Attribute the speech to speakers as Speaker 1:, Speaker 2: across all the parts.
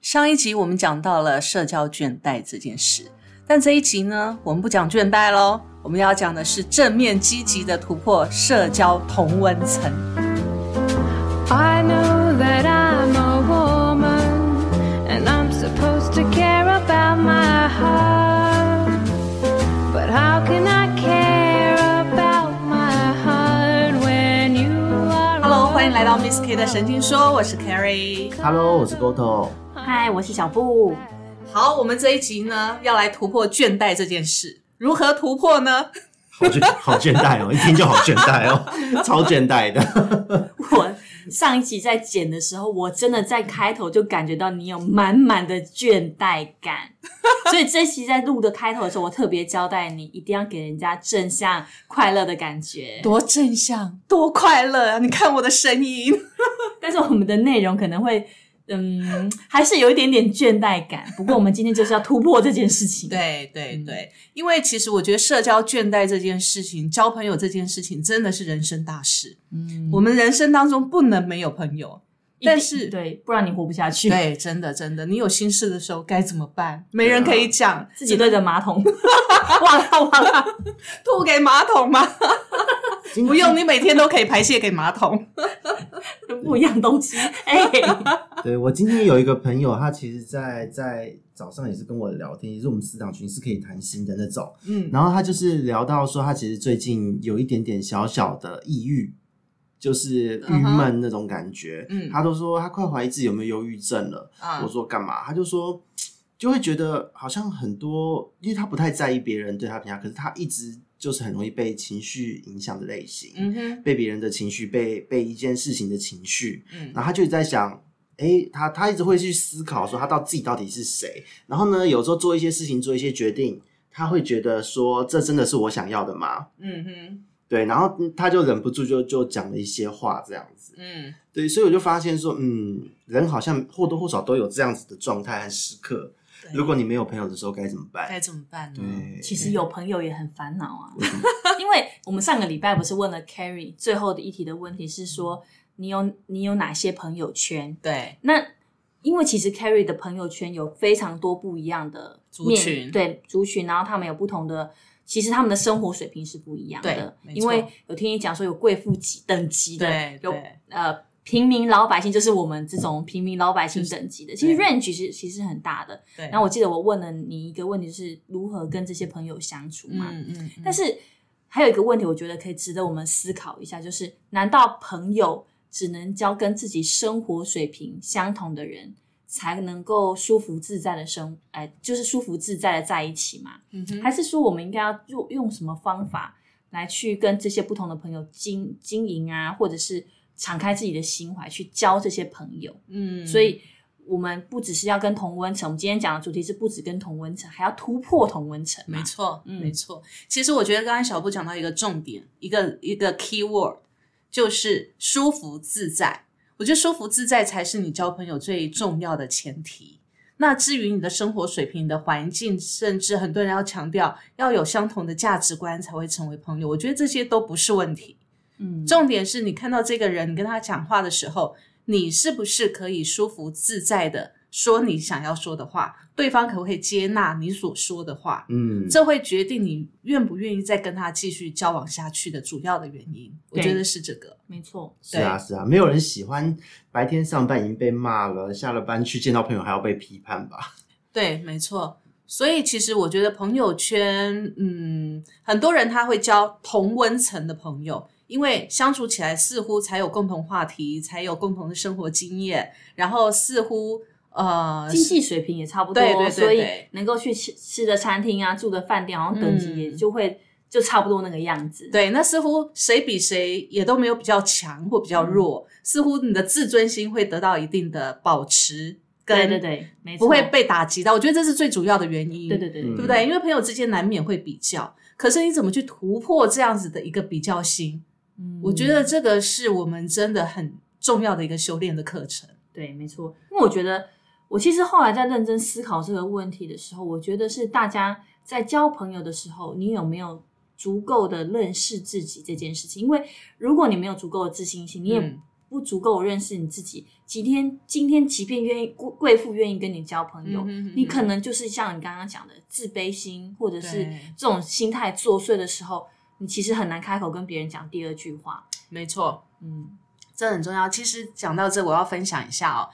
Speaker 1: 上一集我们讲到了社交倦怠这件事，但这一集呢，我们不讲倦怠喽，我们要讲的是正面积极的突破社交同温层。
Speaker 2: I know that I'm a woman and I'm supposed to care about my heart. But how can I care about my heart when you are?
Speaker 1: Hello，欢迎来到 Miss K 的神经说，我是 Carrie。
Speaker 3: Hello，我是 Goto。
Speaker 4: 嗨，我是小布。
Speaker 1: 好，我们这一集呢，要来突破倦怠这件事，如何突破呢？
Speaker 3: 好倦， 好倦怠哦，一听就好倦怠哦， 超倦怠的。
Speaker 4: 我上一期在剪的时候，我真的在开头就感觉到你有满满的倦怠感，所以这期在录的开头的时候，我特别交代你一定要给人家正向快乐的感觉。
Speaker 1: 多正向，多快乐啊！你看我的声音，
Speaker 4: 但是我们的内容可能会，嗯，还是有一点点倦怠感。不过我们今天就是要突破这件事 情。
Speaker 1: 对对对，嗯因为其实我觉得社交倦怠这件事情，交朋友这件事情，真的是人生大事。
Speaker 4: 嗯，
Speaker 1: 我们人生当中不能没有朋友。
Speaker 4: 一定
Speaker 1: 但是
Speaker 4: 对，不然你活不下 去。
Speaker 1: 对，真的真的，你有心事的时候该怎么办？没人可以讲，
Speaker 4: 啊自己对着马桶， 忘了忘了。
Speaker 1: 吐给马桶吗？
Speaker 3: 今
Speaker 1: 不用，你每天都可以排泄给马 桶。
Speaker 4: 不一样 东西。哎、
Speaker 3: 对我今天有一个朋友，他其实在在早上也是跟我聊天，也是我们死党群是可以谈心的那种。
Speaker 1: 嗯，
Speaker 3: 然后他就是聊到说，他其实最近有一点点小小的抑郁，就是郁闷那种感觉。
Speaker 1: 嗯
Speaker 3: 他都说他快怀疑自己有没有忧郁症了。
Speaker 1: 啊
Speaker 3: 我说干嘛？他就说就会觉得好像很多，因为他不太在意别人对他评价，可是他一直就是很容易被情绪影响的类型，
Speaker 1: 嗯哼，
Speaker 3: 被别人的情绪，被被一件事情的情绪，
Speaker 1: 嗯
Speaker 3: 然后他就一直在想。诶，他他一直会去思考说他到自己到底是谁，然后呢，有时候做一些事情，做一些决定，他会觉得说这真的是我想要的吗？
Speaker 1: 嗯哼，
Speaker 3: 对，然后他就忍不住就就讲了一些话这样子。
Speaker 1: 嗯
Speaker 3: 对，所以我就发现说，嗯，人好像或多或少都有这样子的状态和时刻。
Speaker 1: 对
Speaker 3: 如果你没有朋友的时候该怎么办？
Speaker 1: 该怎么办呢？
Speaker 3: 对，
Speaker 4: 其
Speaker 1: 嗯
Speaker 4: 实有朋友也很烦恼啊。
Speaker 3: 为什么
Speaker 4: 因为我们上个礼拜不是问了 Carrie 最后的一题的问题是说，
Speaker 1: 嗯
Speaker 4: 你有你有哪些朋友圈？
Speaker 1: 对，
Speaker 4: 那因为其实 Carrie 的朋友圈有非常多不一样的
Speaker 1: 族
Speaker 4: 面
Speaker 1: 群
Speaker 4: 对族群，然后他们有不同的。其实他们的生活水平是不一样的
Speaker 1: 对，没错
Speaker 4: 因为有听你讲说有贵妇级等级的，
Speaker 1: 对
Speaker 4: 有
Speaker 1: 对
Speaker 4: 呃平民老百姓，就是我们这种平民老百姓等级的。其实
Speaker 1: 对
Speaker 4: range 是其实很大的。
Speaker 1: 对。
Speaker 4: 然后我记得我问了你一个问题，就是如何跟这些朋友相处嘛？
Speaker 1: 嗯嗯，嗯
Speaker 4: 但是还有一个问题，我觉得可以值得我们思考一下，就是难道朋友只能交跟自己生活水平相同的人，才能够舒服自在的生，哎、就是舒服自在的在一起吗？
Speaker 1: 嗯哼
Speaker 4: 还是说我们应该要用用什么方法来去跟这些不同的朋友经经营啊，或者是敞开自己的心怀去交这些朋友？
Speaker 1: 嗯，
Speaker 4: 所以。我们不只是要跟同温层，我们今天讲的主题是不止跟同温层，还要突破同温层嘛。
Speaker 1: 没错，
Speaker 4: 嗯
Speaker 1: 没错。其实我觉得刚才小布讲到一个重点，一个一个 key word，就是舒服自在。我觉得舒服自在才是你交朋友最重要的前提。那至于你的生活水平、你的环境，甚至很多人要强调要有相同的价值观才会成为朋友，我觉得这些都不是问题。
Speaker 4: 嗯，
Speaker 1: 重点是你看到这个人，你跟他讲话的时候，你是不是可以舒服自在的说你想要说的话，对方可不可以接纳你所说的话？
Speaker 3: 嗯，
Speaker 1: 这会决定你愿不愿意再跟他继续交往下去的主要的原因。我
Speaker 4: 对
Speaker 1: 觉得是这个。
Speaker 4: 没错。
Speaker 3: 是啊是啊，没有人喜欢白天上班已经被骂了，下了班去见到朋友还要被批判吧？
Speaker 1: 对，没错。所以其实我觉得朋友圈，嗯，很多人他会交同温层的朋友，因为相处起来似乎才有共同话题，才有共同的生活经验，然后似乎呃，
Speaker 4: 经济水平也差不多，
Speaker 1: 对对对
Speaker 4: 所以
Speaker 1: 对
Speaker 4: 能够去吃吃的餐厅啊、住的饭店，好像等级也就会、就差不多那个样子。
Speaker 1: 嗯对，那似乎谁比谁也都没有比较强或比
Speaker 4: 嗯
Speaker 1: 较弱，似乎你的自尊心会得到一定的保持跟
Speaker 4: 对对对，没错，
Speaker 1: 不会被打击到。我觉得这是最主要的原因，
Speaker 4: 对对对
Speaker 3: 嗯
Speaker 1: 对不对？因为朋友之间难免会比较，可是你怎么去突破这样子的一个比较心？
Speaker 4: 嗯
Speaker 1: 我觉得这个是我们真的很重要的一个修炼的课程。
Speaker 4: 对，没错。因为我觉得我其实后来在认真思考这个问题的时候，我觉得是大家在交朋友的时候，你有没有足够的认识自己这件事情？因为如果你没有足够的自信心，你也
Speaker 1: 嗯
Speaker 4: 不足够认识你自己。今天今天即便愿意贵贵妇愿意跟你交朋友，
Speaker 1: 嗯哼嗯哼
Speaker 4: 你可能就是像你刚刚讲的自卑心或者是
Speaker 1: 对
Speaker 4: 这种心态作祟的时候，你其实很难开口跟别人讲第二句话。
Speaker 1: 没错，
Speaker 4: 嗯，
Speaker 1: 这很重要。其实讲到这，我要分享一下哦，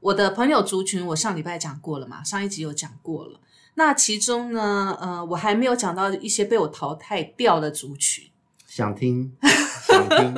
Speaker 1: 我的朋友族群，我上礼拜讲过了嘛，上一集有讲过了。那其中呢，呃，我还没有讲到一些被我淘汰掉的族群。
Speaker 3: 想听，想 听，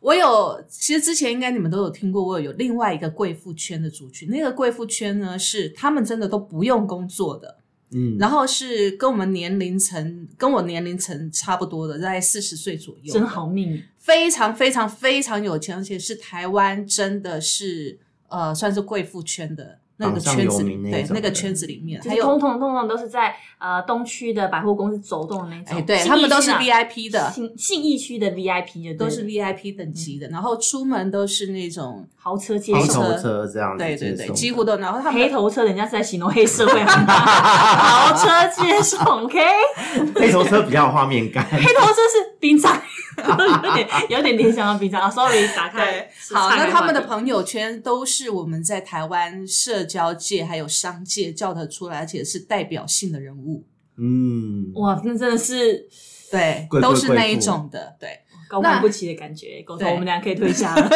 Speaker 1: 我有，其实之前应该你们都有听过，我有有另外一个贵妇圈的族群。那个贵妇圈呢，是他们真的都不用工作的，
Speaker 3: 嗯，
Speaker 1: 然后是跟我们年龄层跟我年龄层差不多的，在四十岁左右，
Speaker 4: 真好命，
Speaker 1: 非常非常非常有钱，而且是台湾真的是呃，算是贵妇圈的那个
Speaker 3: 榜上
Speaker 1: 圈子
Speaker 3: 有
Speaker 1: 里，
Speaker 3: 名那一
Speaker 1: 对
Speaker 3: 种
Speaker 1: 那个
Speaker 3: 的
Speaker 1: 圈子里面，
Speaker 4: 就
Speaker 1: 还
Speaker 4: 是通
Speaker 1: 有
Speaker 4: 通通通都是在呃东区的百货公司走动的那种，
Speaker 1: 哎，对
Speaker 4: 信义
Speaker 1: 他们都
Speaker 4: 区
Speaker 1: 是
Speaker 4: 啊
Speaker 1: VIP 的，
Speaker 4: 信信义区的 VIP 就对了
Speaker 1: 都是 VIP 等级
Speaker 4: 嗯
Speaker 1: 的，然后出门都是那种，
Speaker 4: 豪车接
Speaker 3: 黑
Speaker 4: 送，
Speaker 3: 头车这样子
Speaker 1: 对
Speaker 3: 嗯接送，
Speaker 1: 对对，几乎都，然后他们
Speaker 4: 黑头车，人家是在形容黑社会， 好吗豪车接送，OK，
Speaker 3: 黑头车比较有画面感。
Speaker 4: 黑头车是殡葬，有点有点联想到殡葬啊，sorry，打开
Speaker 1: 对，好，那他们的
Speaker 4: 友
Speaker 1: 朋友圈都是我们在台湾社交界还有商界叫得出来，而且是代表性的人物，
Speaker 3: 嗯，
Speaker 4: 哇，那真的是
Speaker 1: 对，
Speaker 3: 贵贵
Speaker 1: 都是那
Speaker 3: 贵
Speaker 1: 一
Speaker 3: 妇
Speaker 1: 种的，对。
Speaker 4: 高攀不起的感觉，狗头，
Speaker 1: 对
Speaker 4: 我们俩可以退 下了，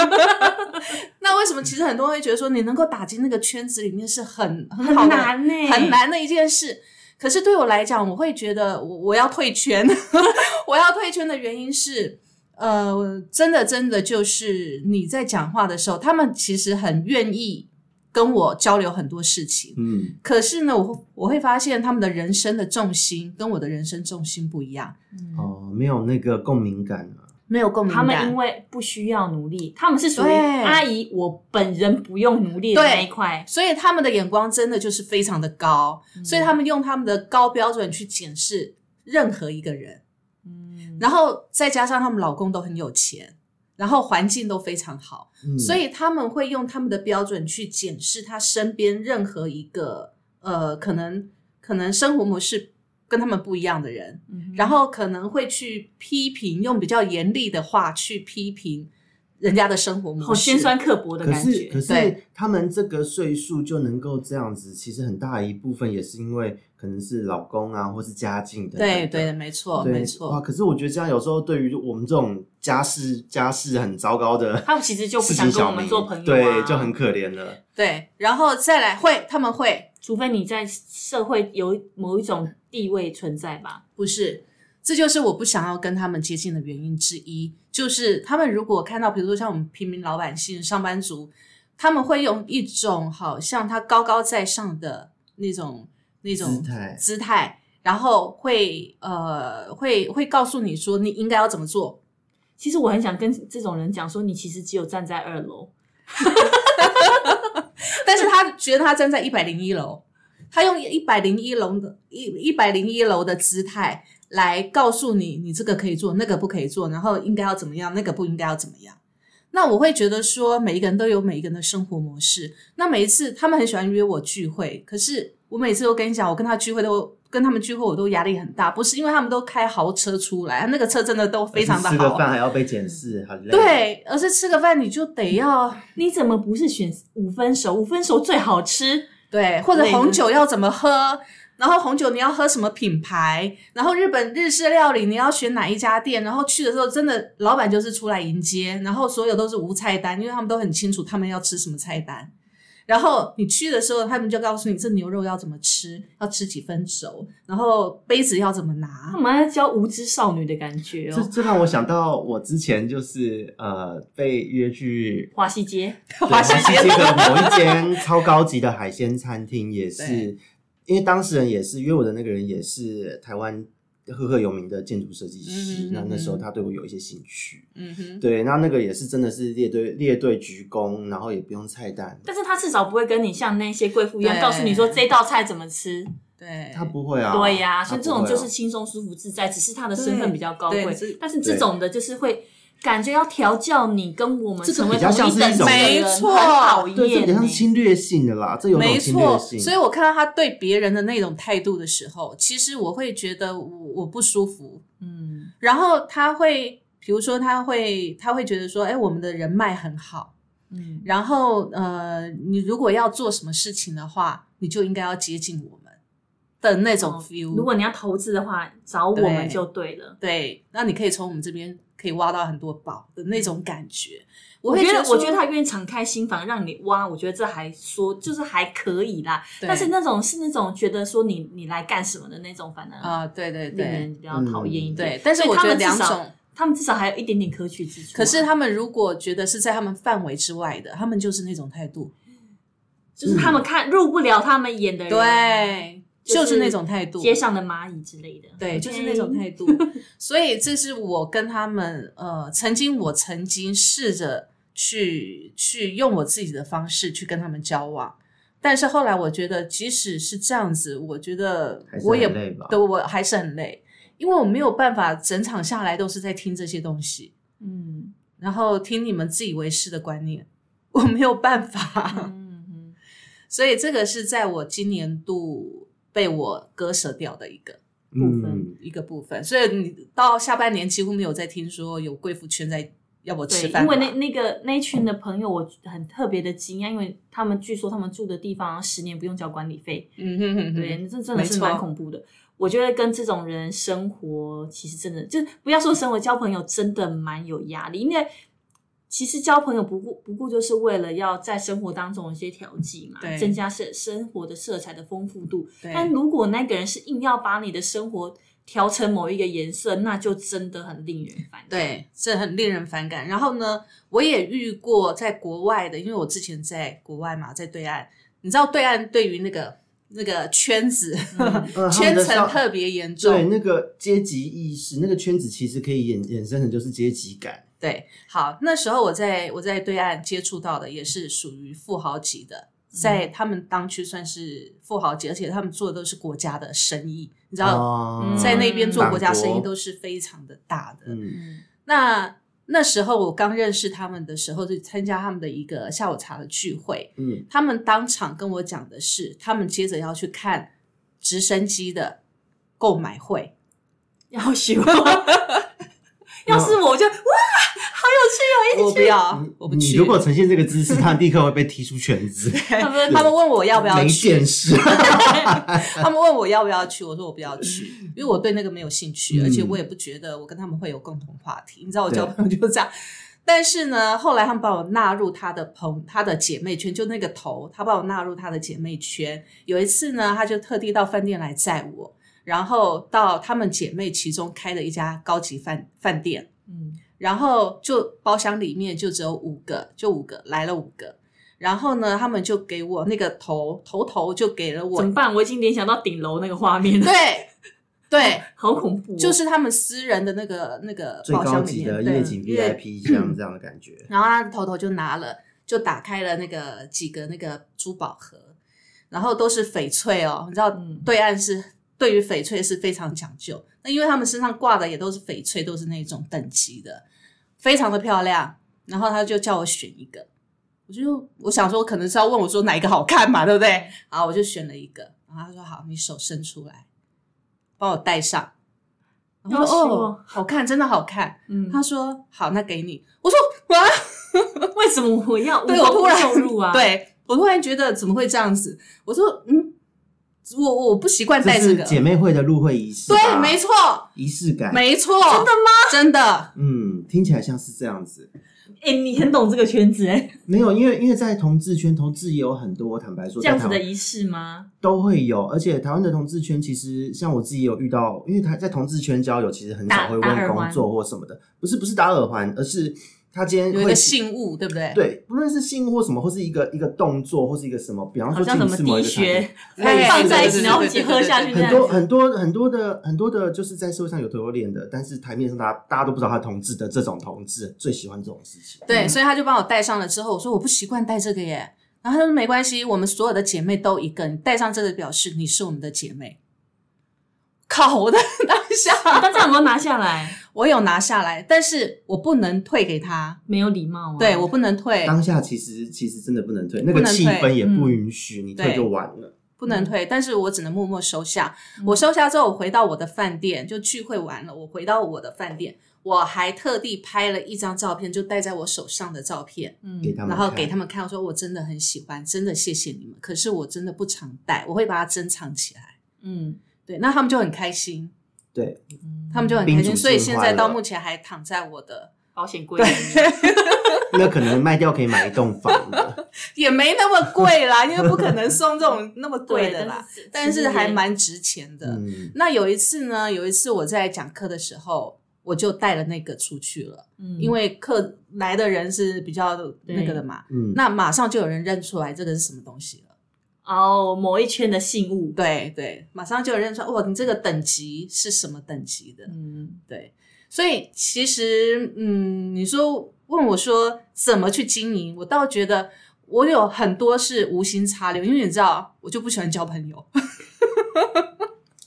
Speaker 1: 那为什么其实很多人会觉得说你能够打进那个圈子里面是很很
Speaker 4: 很
Speaker 1: 好的
Speaker 4: 难呢，
Speaker 1: 很。难的一件事。可是对我来讲，我会觉得我我要退圈， 我要退圈的原因是，呃，真的真的就是你在讲话的时候，他们其实很愿意跟我交流很多事情，
Speaker 3: 嗯，
Speaker 1: 可是呢，我会我会发现他们的人生的重心跟我的人生重心不一样，
Speaker 4: 嗯
Speaker 3: 哦，没有那个共鸣感啊。
Speaker 1: 没有共鸣
Speaker 4: 他
Speaker 1: 感。
Speaker 4: 们因为不需要努力，他们是属于
Speaker 1: 对
Speaker 4: 阿姨，我本人不用努力的
Speaker 1: 对
Speaker 4: 那一块，
Speaker 1: 所以他们的眼光真的就是非常的高，
Speaker 4: 嗯
Speaker 1: 所以他们用他们的高标准去检视任何一个人，
Speaker 4: 嗯
Speaker 1: 然后再加上他们老公都很有钱，然后环境都非常好，
Speaker 3: 嗯，
Speaker 1: 所以他们会用他们的标准去检视他身边任何一个呃，可能可能生活模式跟他们不一样的人，
Speaker 4: 嗯
Speaker 1: 然后可能会去批评，用比较严厉的话去批评人家的生活模式。
Speaker 4: 好尖酸刻薄的
Speaker 3: 可
Speaker 4: 感
Speaker 3: 是
Speaker 4: 觉
Speaker 3: 可。是
Speaker 1: 对
Speaker 3: 他们这个岁数就能够这样子，其实很大一部分也是因为可能是老公啊，或是家境等等
Speaker 1: 对
Speaker 3: 的。
Speaker 1: 对的，没错，
Speaker 3: 对
Speaker 1: 没
Speaker 3: 哇，
Speaker 1: 错，
Speaker 3: 可是我觉得这样有时候对于我们这种家世家世很糟糕的
Speaker 4: 他们其实就不想
Speaker 3: 市井小
Speaker 4: 跟我们
Speaker 3: 民
Speaker 4: 做朋友啊
Speaker 3: 对，就很可怜了。
Speaker 1: 对。然后再来会，他们会
Speaker 4: 除非你在社会有某一种地位存在吧。
Speaker 1: 不是，这就是我不想要跟他们接近的原因之一，就是他们如果看到，比如说像我们平民老百姓、上班族，他们会用一种好像他高高在上的那种那种
Speaker 3: 姿态
Speaker 1: 姿态然后会呃会会告诉你说你应该要怎么做，
Speaker 4: 其实我很想跟这种人讲说，你其实只有站在二楼，
Speaker 1: 但是他觉得他站在一百零一楼，他用一百零一楼的一一百零一楼的姿态来告诉你，你这个可以做，那个不可以做，然后应该要怎么样，那个不应该要怎么样。那我会觉得说，每一个人都有每一个人的生活模式。那每一次他们很喜欢约我聚会，可是我每次都跟你讲，我跟他聚会都跟他们聚会，我都压力很大，不是因为他们都开豪车出来，那个车真的都非常的
Speaker 3: 吃个
Speaker 1: 好，
Speaker 3: 饭还要被检视，好累。，
Speaker 1: 对，而是吃个饭你就得要
Speaker 4: 你怎么不是选五分熟？五分熟最好吃，
Speaker 1: 对，或者
Speaker 4: 类的
Speaker 1: 红酒要怎么喝，然后红酒你要喝什么品牌，然后日本日式料理你要选哪一家店，然后去的时候真的老板就是出来迎接，然后所有都是无菜单，因为他们都很清楚他们要吃什么菜单。然后你去的时候，他们就告诉你这牛肉要怎么吃，要吃几分熟，然后杯子要怎么拿
Speaker 4: 他。们在教无知少女的感觉
Speaker 3: 这
Speaker 4: 哦。
Speaker 3: 这让我想到我之前就是呃被约去
Speaker 4: 华西街，
Speaker 1: 华西街
Speaker 3: 的某一间超高级的海鲜餐厅，也是
Speaker 1: 对
Speaker 3: 因为当事人也是约我的那个人也是台湾赫赫有名的建筑设计师
Speaker 1: 嗯，
Speaker 3: 那那时候
Speaker 1: 嗯
Speaker 3: 他对我有一些兴趣，
Speaker 1: 嗯哼，
Speaker 3: 对，那那个也是真的是列队列队鞠躬，然后也不用菜单，
Speaker 4: 但是他至少不会跟你像那些贵妇一样，
Speaker 1: 对
Speaker 4: 告诉你说这道菜怎么吃。
Speaker 1: 对，
Speaker 3: 他不会啊，
Speaker 4: 对呀、
Speaker 3: 他
Speaker 4: 所以
Speaker 3: 不
Speaker 4: 这种
Speaker 3: 会啊
Speaker 4: 就是轻松、舒服、自在，只是他的身份比较高
Speaker 1: 对对
Speaker 4: 贵
Speaker 1: 是。
Speaker 4: 但是这种的，就是会感觉要调教你跟我们
Speaker 3: 这个
Speaker 4: 成为
Speaker 3: 比较
Speaker 4: 同
Speaker 3: 像
Speaker 4: 一
Speaker 3: 是
Speaker 4: 等
Speaker 3: 一
Speaker 4: 级
Speaker 3: 种
Speaker 4: 的
Speaker 1: 没
Speaker 4: 人，
Speaker 1: 错
Speaker 4: 很讨厌、
Speaker 3: 对，这
Speaker 4: 欸。
Speaker 3: 有点像侵略性的啦，这有
Speaker 1: 没
Speaker 3: 种侵略
Speaker 1: 错，
Speaker 3: 性，
Speaker 1: 所以我看到他对别人的那种态度的时候，其实我会觉得我我不舒服，
Speaker 4: 嗯，
Speaker 1: 然后他会比如说他会他会觉得说，哎，我们的人脉很好，
Speaker 4: 嗯，
Speaker 1: 然后呃，你如果要做什么事情的话，你就应该要接近我们的那种 feel。
Speaker 4: 哦如果你要投资的话，找我们
Speaker 1: 对
Speaker 4: 就对了。
Speaker 1: 嗯对，那你可以从我们这边可以挖到很多宝的那种感觉。我
Speaker 4: 我
Speaker 1: 会
Speaker 4: 觉得，
Speaker 1: 说
Speaker 4: 我觉得他愿意敞开心房让你挖，我觉得这还说就是还可以啦。
Speaker 1: 对
Speaker 4: 但是那种是那种觉得说你你来干什么的那种，反而
Speaker 1: 啊、对对
Speaker 4: 令人
Speaker 1: 对
Speaker 4: 比较讨厌一点。
Speaker 1: 对，但是
Speaker 4: 所
Speaker 1: 我
Speaker 4: 以他
Speaker 1: 觉得
Speaker 4: 们至
Speaker 1: 两
Speaker 4: 少
Speaker 1: 种，
Speaker 4: 他们至少还有一点点可取之处啊。
Speaker 1: 可是他们如果觉得是在他们范围之外的，他们就是那种态度，
Speaker 4: 就是他们看入不了他们眼的人，，
Speaker 1: 嗯对，
Speaker 4: 就是
Speaker 1: 就是那种态度，
Speaker 4: 街上的蚂蚁之类的，
Speaker 1: 对，
Speaker 4: OK
Speaker 1: 就是那
Speaker 4: 嗯
Speaker 1: 种态度。所以这是我跟他们，呃，曾经我曾经试着去去用我自己的方式去跟他们交往，但是后来我觉得，即使是这样子，我觉得
Speaker 3: 还是
Speaker 1: 我也
Speaker 3: 很累吧
Speaker 1: 对我还是很累，因为我没有办法整场下来都是在听这些东西，
Speaker 4: 嗯
Speaker 1: 然后听你们自以为是的观念，我没有办法。
Speaker 4: 嗯嗯，
Speaker 1: 所以这个是在我今年度被我割舍掉的一个。
Speaker 4: 部分
Speaker 3: 嗯，
Speaker 1: 一个部分，所以你到下半年几乎没有再听说有贵妇圈在要我吃
Speaker 4: 对，
Speaker 1: 饭
Speaker 4: 因
Speaker 1: 了吧，
Speaker 4: 为那那个那一群的朋友，我很特别的惊讶，因为他们据说他们住的地方十年不用交管理费，
Speaker 1: 嗯哼哼
Speaker 4: 对，
Speaker 1: 哼，
Speaker 4: 这真的
Speaker 1: 没
Speaker 4: 是
Speaker 1: 错
Speaker 4: 蛮恐怖的。我觉得跟这种人生活，其实真的就是不要说生活，交朋友真的蛮有压力，因为其实交朋友不顾不顾就是为了要在生活当中有一些调剂嘛
Speaker 1: 对，
Speaker 4: 增加生生活的色彩的丰富度。
Speaker 1: 对
Speaker 4: 但如果那个人是硬要把你的生活调成某一个颜色，那就真的很令人烦。，
Speaker 1: 对，这很令人反感。然后呢，我也遇过在国外的，因为我之前在国外嘛，在对岸，你知道对岸对于那个那个圈子、
Speaker 4: 嗯
Speaker 3: 呃他们
Speaker 1: 圈
Speaker 3: 的
Speaker 1: 层
Speaker 3: 上
Speaker 1: 特别严重，
Speaker 3: 对那个阶级意识，那个圈子其实可以衍衍生成就是阶级感。
Speaker 1: 对，好，那时候我在我在对岸接触到的也是属于富豪级的，在
Speaker 4: 嗯
Speaker 1: 他们当区算是富豪级，而且他们做的都是国家的生意，你知道，
Speaker 3: 哦
Speaker 1: 在那边做国家生
Speaker 3: 党
Speaker 1: 意
Speaker 3: 嗯国
Speaker 1: 都是非常的大的。
Speaker 3: 嗯
Speaker 4: 嗯
Speaker 1: 那那时候我刚认识他们的时候，就参加他们的一个下午茶的聚会，
Speaker 3: 嗯，
Speaker 1: 他们当场跟我讲的是，他们接着要去看直升机的购买会。
Speaker 4: 要学我。要是我就哇，好有趣哦！一
Speaker 1: 我
Speaker 4: 起
Speaker 1: 不要，我不去。
Speaker 3: 你 如果呈现这个姿势，他立刻会被踢出圈子，
Speaker 4: 他们
Speaker 1: 他们问我 要不要
Speaker 3: 没
Speaker 1: 去，
Speaker 3: 见 识。
Speaker 1: 他们问我要不要去，我说我不要去，因为我对那个没有兴趣，
Speaker 3: 嗯
Speaker 1: 而且我也不觉得我跟他们会有共同话题。你知道我交朋友就是这样。但是呢，后来他们把我纳入他的朋他的姐妹圈，就那个头，他把我纳入他的姐妹圈。有一次呢，他就特地到饭店来载我，然后到他们姐妹其中开的一家高级饭饭店，
Speaker 4: 嗯，
Speaker 1: 然后就包厢里面就只有五个，就五个来了五个。然后呢，他们就给我那个头头头就给了
Speaker 4: 怎
Speaker 1: 我
Speaker 4: 么，办？我已经联想到顶楼那个画面了，
Speaker 1: 对 对，
Speaker 4: 好恐怖哦、
Speaker 1: 就是他们私人的那个那个
Speaker 3: 嗯最
Speaker 1: 包
Speaker 3: 高
Speaker 1: 厢里
Speaker 3: 级
Speaker 1: 面
Speaker 3: 的
Speaker 1: 对
Speaker 3: 夜 景 VIP 这样这样的感觉，
Speaker 1: 然后他头头就拿了，就打开了那个几个那个珠宝盒，然后都是翡翠哦，你知道
Speaker 4: 嗯
Speaker 1: 对岸是对于翡翠是非常讲究，那因为他们身上挂的也都是翡翠，都是那种等级的，非常的漂亮。然后他就叫我选一个，我就我想说可能是要问我说哪一个好看嘛，对不对？好，我就选了一个，然后他说好，你手伸出来，帮我戴上。然后
Speaker 4: 要修
Speaker 1: 说哦，好看，真的好看。
Speaker 4: 嗯，
Speaker 1: 他说好，那给你。我说哇，
Speaker 4: 为什么我要
Speaker 1: 对
Speaker 4: 无
Speaker 1: 我
Speaker 4: 孔
Speaker 1: 突然
Speaker 4: 不入啊？，
Speaker 1: 对我突然觉得怎么会这样子？我说嗯，我我不习惯戴这
Speaker 3: 是
Speaker 1: 个。
Speaker 3: 姐妹会的入会仪式吧，
Speaker 1: 对，没错，
Speaker 3: 仪式感，
Speaker 1: 没错，真的吗？真的，
Speaker 3: 嗯，听起来像是这样子。
Speaker 4: 哎、你很懂这个圈子哎、
Speaker 3: 没有，因为因为在同志圈，同志也有很多，坦白说，
Speaker 4: 这样子
Speaker 3: 在台
Speaker 4: 的
Speaker 3: 湾
Speaker 4: 仪式吗？
Speaker 3: 都会有，而且台湾的同志圈其实像我自己有遇到，因为他在同志圈交友，其实很
Speaker 4: 打
Speaker 3: 少会
Speaker 4: 打耳
Speaker 3: 问工
Speaker 4: 环
Speaker 3: 作或什么的，不是不是打耳环，而是他今天
Speaker 1: 有一
Speaker 3: 会
Speaker 1: 个信物，对不对？
Speaker 3: 对，不论是性或什么，或是一个一个动作，或是一个什么，比方
Speaker 4: 好
Speaker 3: 说
Speaker 4: 像什
Speaker 3: 近
Speaker 4: 么
Speaker 3: 视某
Speaker 4: 滴
Speaker 3: 一个产品
Speaker 4: 血
Speaker 1: 哎
Speaker 4: 放在一
Speaker 1: 对
Speaker 4: 起，
Speaker 1: 对对
Speaker 4: 然后一起喝下去，
Speaker 1: 对
Speaker 4: 这
Speaker 3: 很
Speaker 4: 样
Speaker 3: 多
Speaker 4: 子。
Speaker 3: 很多很多的很多的，就是在社会上有头有脸的，但是台面上大家大家都不知道他同志的这种同志最喜欢这种事情。
Speaker 1: 对，所以他就帮我戴上了之后，我说我不习惯戴这个耶。然后他说没关系，我们所有的姐妹都一个，你戴上这个表示你是我们的姐妹。靠！我的当
Speaker 4: 那
Speaker 1: 下
Speaker 4: 哦这样有没有拿下来？
Speaker 1: 我有拿下来，但是我不能退给他，
Speaker 4: 没有礼貌啊！
Speaker 1: 对我不能退，
Speaker 3: 哦当下其实其实真的不能退，那
Speaker 1: 不
Speaker 3: 个
Speaker 1: 能
Speaker 3: 气
Speaker 1: 退
Speaker 3: 氛也不
Speaker 4: 嗯
Speaker 3: 允许，你退
Speaker 1: 对
Speaker 3: 就完了。
Speaker 1: 不能退，但是我只能默
Speaker 4: 嗯
Speaker 1: 默收下。我收下之后，我回到我的饭店，就聚会完了，我回到我的饭店，我还特地拍了一张照片，就戴在我手上的照片，
Speaker 4: 嗯
Speaker 3: 给他们
Speaker 1: 然
Speaker 3: 看，
Speaker 1: 后给他们看，我说我真的很喜欢，真的谢谢你们。可是我真的不常戴，我会把它珍藏起来。
Speaker 4: 嗯，
Speaker 1: 对，那他们就很开心，
Speaker 3: 对，
Speaker 1: 他们就很开
Speaker 3: 嗯宾
Speaker 1: 心，
Speaker 3: 主
Speaker 1: 所以
Speaker 3: 尽
Speaker 1: 现
Speaker 3: 欢
Speaker 1: 在到
Speaker 3: 了
Speaker 1: 目前还躺在我的，
Speaker 4: 保险柜 里面，
Speaker 3: 那可能卖掉可以买一栋房 的，
Speaker 1: 也没那么贵啦，因为不可能送这种那么贵
Speaker 4: 对
Speaker 1: 的啦，，但
Speaker 4: 但
Speaker 1: 是还蛮值钱的。
Speaker 3: 嗯，
Speaker 1: 那有一次呢，有一次我在讲课的时候，我就带了那个出去了，因
Speaker 4: 为
Speaker 1: 为课来的人是比较那个的嘛，
Speaker 3: 嗯，
Speaker 1: 那马上就有人认出来这个是什么东西了。
Speaker 4: 哦某一圈的信物，
Speaker 1: 对对，马上就有人认出来，哇，你这个等级是什么等级的？
Speaker 4: 嗯
Speaker 1: 对，所以其实，嗯，你说问我说怎么去经营，我倒觉得我有很多是无心插柳，因为你知道，我就不喜欢交朋友。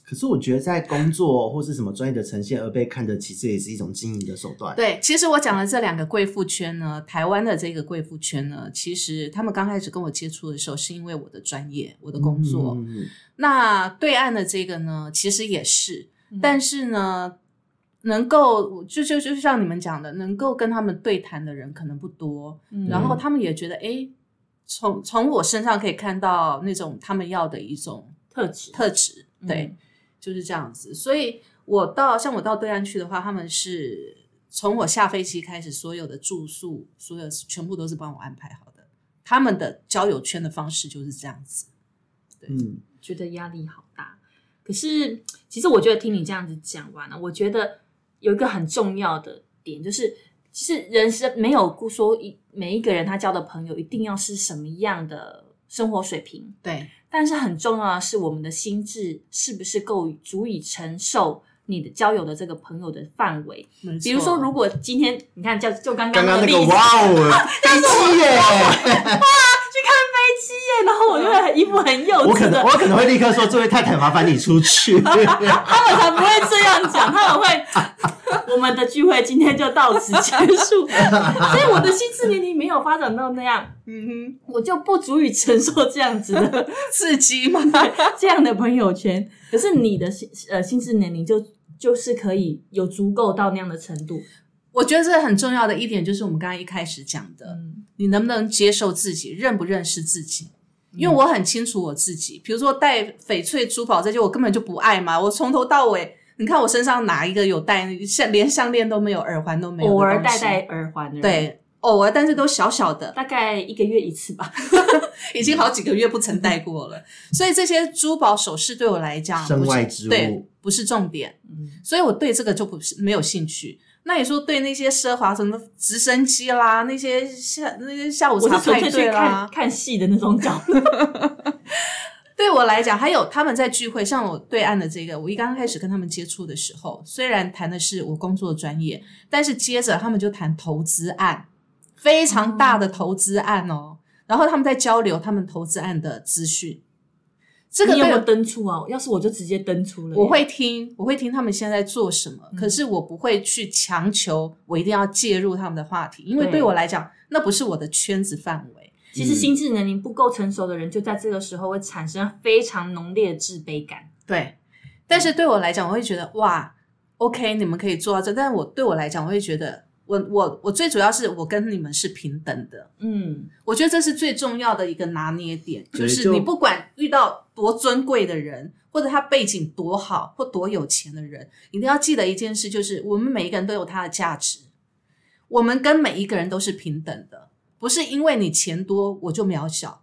Speaker 3: 可是我觉得在工作或是什么专业的呈现而被看得起，这也是一种经营的手段。
Speaker 1: 对，其实我讲的这两个贵妇圈呢，台湾的这个贵妇圈呢，其实他们刚开始跟我接触的时候，是因为我的专业、我的工作。
Speaker 3: 嗯
Speaker 1: 那对岸的这个呢，其实也是，
Speaker 4: 嗯
Speaker 1: 但是呢，能够就就就像你们讲的，能够跟他们对谈的人可能不多，
Speaker 4: 嗯
Speaker 1: 然后他们也觉得，哎，从从我身上可以看到那种他们要的一种
Speaker 4: 特质，
Speaker 1: 特质，对。
Speaker 4: 嗯，
Speaker 1: 就是这样子。所以我到像我到对岸去的话，他们是从我下飞机开始，所有的住宿，所有全部都是帮我安排好的。他们的交友圈的方式就是这样子。
Speaker 3: 嗯，
Speaker 4: 觉得压力好大。可是，其实我觉得听你这样子讲完了，我觉得有一个很重要的点，就是其实人生没有固说一每一个人他交的朋友一定要是什么样的生活水平，
Speaker 1: 对
Speaker 4: 但是很重要的是我们的心智是不是够足以承受你的交友的这个朋友的范围。比如说，如果今天你看，就 就 刚
Speaker 3: 刚
Speaker 4: 刚
Speaker 3: 刚那
Speaker 4: 的例子
Speaker 3: 个哇哦，飞机耶！
Speaker 4: 然后我就会很一副很幼
Speaker 3: 我可
Speaker 4: 稚的
Speaker 3: 能我，可能会立刻说，这位太太，麻烦你 出去。
Speaker 4: 他们才不会这样讲，他们会，我们的聚会今天就到此结 束。所以我的心智年龄没有发展到那样，
Speaker 1: 嗯
Speaker 4: 我就不足以承受这样 子的
Speaker 1: 哼，刺激嘛，
Speaker 4: 这样的朋友圈。可是你的心呃心智年龄就就是可以有足够到那样的程度，
Speaker 1: 我觉得这很重要的一点就是我们刚刚一开始讲的，
Speaker 4: 嗯，
Speaker 1: 你能不能接受自己，认不认识自己。
Speaker 4: 嗯
Speaker 1: 因为我很清楚我自己，比如说戴翡翠珠宝这些，我根本就不爱嘛。我从头到尾，你看我身上哪一个有戴项，连项链都没有，耳环都没有，
Speaker 4: 偶尔戴戴，耳环的，，
Speaker 1: 对，偶尔，但是都小小的，
Speaker 4: 大概一个月一次吧。
Speaker 1: 已经好几个月不曾戴过
Speaker 4: 嗯
Speaker 1: 了。所以这些珠宝首饰对我来讲，
Speaker 3: 身
Speaker 1: 不是
Speaker 3: 外之物
Speaker 1: 对，不是重点，
Speaker 4: 嗯
Speaker 1: 所以我对这个就不是没有兴趣。那你说对那些奢华什么直升机啦，那些下那些下午
Speaker 4: 我
Speaker 1: 茶
Speaker 4: 是纯
Speaker 1: 派
Speaker 4: 粹去
Speaker 1: 对啦
Speaker 4: 看，看戏的那种角度，
Speaker 1: 对我来讲，还有他们在聚会，像我对岸的这个，我一刚开始跟他们接触的时候，虽然谈的是我工作专业，但是接着他们就谈投资案，非常大的投资案哦。然后他们在交流他们投资案的资讯，这个
Speaker 4: 你有没有
Speaker 1: 对
Speaker 4: 登出啊？要是我就直接登出了耶，
Speaker 1: 我会听，我会听他们现在在做什么，可是我不会去强求我一定要介入他们的话题，因为
Speaker 4: 对
Speaker 1: 对我来讲，那不是我的圈子范围。
Speaker 4: 其实
Speaker 1: 嗯
Speaker 4: 心智年龄不够成熟的人，就在这个时候会产生非常浓烈的自卑感。嗯
Speaker 1: 对，但是对我来讲，我会觉得哇，OK，你们可以做到这，但我对我来讲，我会觉得我我我最主要是我跟你们是平等的，
Speaker 4: 嗯，
Speaker 1: 我觉得这是最重要的一个拿捏点，就
Speaker 3: 对
Speaker 1: 是
Speaker 3: 就
Speaker 1: 你不管遇到多尊贵的人，或者他背景多好或多有钱的人，一定要记得一件事，就是我们每一个人都有他的价值，我们跟每一个人都是平等的，不是因为你钱多我就渺小，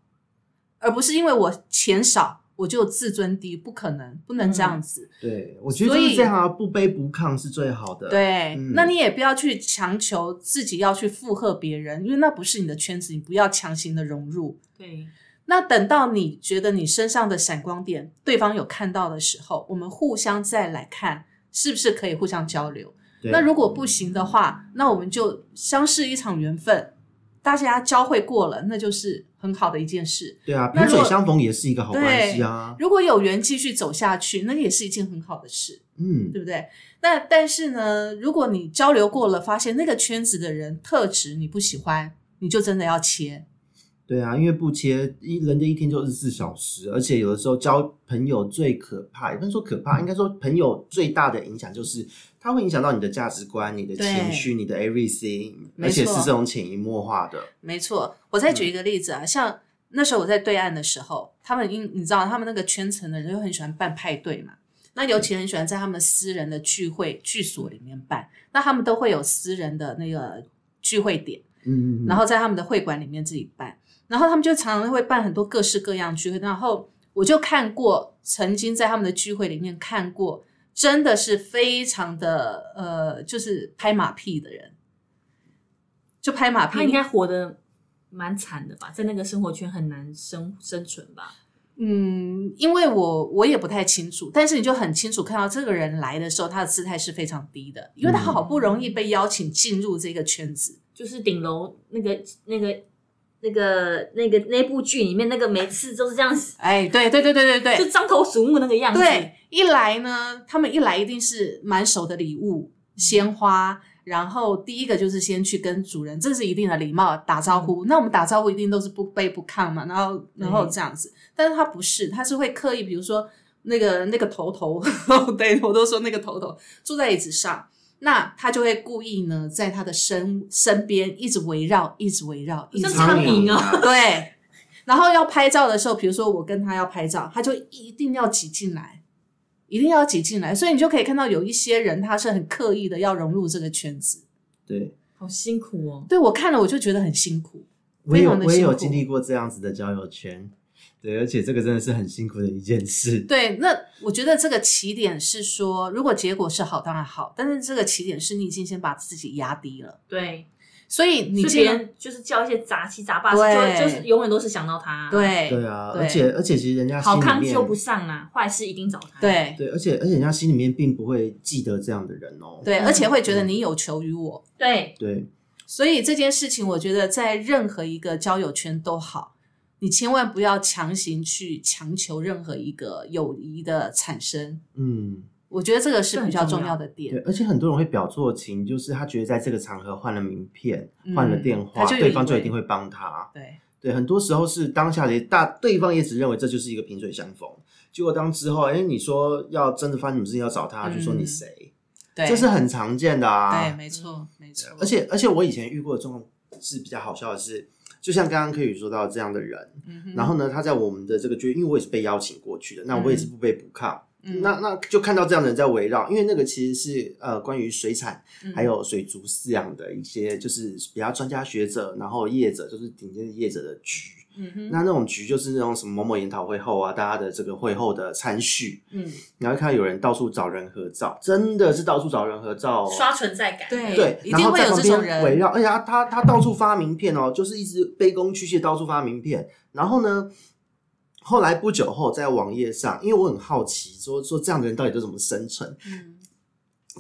Speaker 1: 而不是因为我钱少我就自尊低，不可能，不能这样子。
Speaker 3: 对，我觉得
Speaker 1: 所
Speaker 3: 就
Speaker 1: 以
Speaker 3: 是这样啊，不卑不亢是最好的。，
Speaker 1: 对，
Speaker 3: 嗯
Speaker 1: 那你也不要去强求自己要去附和别人，因为那不是你的圈子，你不要强行的融入。
Speaker 4: 对，
Speaker 1: 那等到你觉得你身上的闪光点对方有看到的时候，我们互相再来看是不是可以互相交流。
Speaker 3: 对
Speaker 1: 那如果不行的话，那我们就相识一场缘分，大家交汇过了，那就是很好的一件事。
Speaker 3: 对啊，
Speaker 1: 那
Speaker 3: 萍
Speaker 1: 如果
Speaker 3: 水相逢也是一个好关系啊。
Speaker 1: 如果有缘继续走下去，那也是一件很好的事。
Speaker 3: 嗯，
Speaker 1: 对不对？那但是呢，如果你交流过了，发现那个圈子的人特质你不喜欢，你就真的要切，
Speaker 3: 对啊，因为不切一人的一天就二十四小时，而且有的时候交朋友最可怕，也不能说可怕，应该说朋友最大的影响就是它会影响到你的价值观、你的
Speaker 1: 对
Speaker 3: 情绪、你的 everything，
Speaker 1: 没
Speaker 3: 而且是
Speaker 1: 错
Speaker 3: 这种潜移默化的。
Speaker 1: 没错，我再举一个例子啊，像那时候我在对岸的时候，他们已经你知道，他们那个圈层的人就很喜欢办派对嘛。那尤其很喜欢在他们私人的聚会聚所里面办，那他们都会有私人的那个聚会点，
Speaker 3: 嗯，
Speaker 1: 然后在他们的会馆里面自己办，然后他们就常常会办很多各式各样的聚会，然后我就看过，曾经在他们的聚会里面看过，真的是非常的呃，就是拍马屁的人，就拍马屁，
Speaker 4: 他应该活得蛮惨的吧，在那个生活圈很难生生存吧。
Speaker 1: 嗯，因为我我也不太清楚，但是你就很清楚看到这个人来的时候，他的姿态是非常低的，因为他好不容易被邀请进入这个圈子，
Speaker 4: 就是顶楼那个那个那个那个那部剧里面那个每次都是这样，子，
Speaker 1: 哎，对对对 对对对，
Speaker 4: 就张口鼠目那个样子。
Speaker 1: 对，一来呢，他们一来一定是满手的礼物、
Speaker 4: 嗯
Speaker 1: 鲜花，然后第一个就是先去跟主人，这是一定的礼貌打招
Speaker 4: 嗯
Speaker 1: 呼。那我们打招呼一定都是不卑不亢嘛，然后然后这样子，但是他不是，他是会刻意，比如说那个那个头头， 对我都说那个头头坐在椅子上。那他就会故意呢，在他的身身边一直围绕，一直围绕，一直
Speaker 4: 像
Speaker 1: 围绕
Speaker 4: 苍蝇哦
Speaker 3: 啊，
Speaker 1: 对，然后要拍照的时候，比如说我跟他要拍照，他就一定要挤进来，一定要挤进来，所以你就可以看到有一些人他是很刻意的要融入这个圈子。
Speaker 3: 对，
Speaker 4: 好辛苦哦。
Speaker 1: 对我看了我就觉得很辛苦，
Speaker 3: 我也有
Speaker 1: 非常地
Speaker 3: 我也有
Speaker 1: 辛苦
Speaker 3: 经历过这样子的交友圈，对，而且这个真的是很辛苦的一件事。
Speaker 1: 对，那我觉得这个起点是说，如果结果是好，当然好，但是这个起点是你已经先把自己压低了，
Speaker 4: 对，
Speaker 1: 所以你
Speaker 4: 是
Speaker 1: 既
Speaker 4: 别
Speaker 1: 然
Speaker 4: 人就是叫一些杂七杂八，
Speaker 1: 对
Speaker 4: 就就是永远都是想到他。，
Speaker 1: 对
Speaker 3: 对啊，
Speaker 1: 对
Speaker 3: 而且而且其实人家心
Speaker 4: 好
Speaker 3: 里
Speaker 4: 康
Speaker 3: 面
Speaker 4: 救不上啊，坏事一定找他。，
Speaker 1: 对
Speaker 3: 对，而且而且人家心里面并不会记得这样的人哦。
Speaker 1: 对，而且会觉得
Speaker 3: 嗯
Speaker 1: 你有求于我，
Speaker 4: 对，
Speaker 3: 对
Speaker 1: 所以这件事情，我觉得在任何一个交友圈都好，你千万不要强行去强求任何一个友谊的产生。
Speaker 3: 嗯，
Speaker 1: 我觉得这个是
Speaker 4: 这很
Speaker 1: 比较
Speaker 4: 重
Speaker 1: 重
Speaker 4: 要
Speaker 1: 要的
Speaker 3: 对，
Speaker 1: 点，
Speaker 3: 而且很多人会表错情，就是他觉得在这个场合换了名片、
Speaker 1: 嗯
Speaker 3: 换了电话
Speaker 1: 他，就以为
Speaker 3: 对方就一定会帮他。
Speaker 1: 对
Speaker 3: 对，很多时候是当下的大，对方也只认为这就是一个萍水相逢。结果当之后，哎，你说要真的发生什么事情要找他，
Speaker 1: 嗯
Speaker 3: 就说你谁，
Speaker 1: 对，
Speaker 3: 这是很常见的啊。
Speaker 1: 对，没错，没错，
Speaker 3: 而且而且我以前遇过的状况是比较好笑的是，就像刚刚可以说到这样的人，
Speaker 1: 嗯哼，
Speaker 3: 然后呢，他在我们的这个剧，因为我也是被邀请过去的，那我也是不卑不亢。
Speaker 1: 嗯
Speaker 3: 那那就看到这样的人在围绕，因为那个其实是呃关于水产
Speaker 1: 嗯
Speaker 3: 还有水族饲养的一些，就是比较专家学者，然后业者就是顶尖的业者的局。
Speaker 1: 嗯哼，
Speaker 3: 那那种局就是那种什么某某研讨会后啊，大家的这个会后的餐叙，
Speaker 1: 嗯，
Speaker 3: 你会看到有人到处找人合照，真的是到处找人合照哦。
Speaker 4: 刷存在感。
Speaker 1: 对
Speaker 3: 对，
Speaker 1: 一
Speaker 3: 然
Speaker 1: 定
Speaker 3: 后
Speaker 1: 会
Speaker 3: 在
Speaker 1: 有
Speaker 3: 旁
Speaker 1: 这种
Speaker 3: 边
Speaker 1: 人
Speaker 3: 围绕，而且他他他到处发名片哦，就是一直卑躬屈膝地到处发名片。然后呢，后来不久后在网页上，因为我很好奇，说说这样的人到底都怎么生存？
Speaker 1: 嗯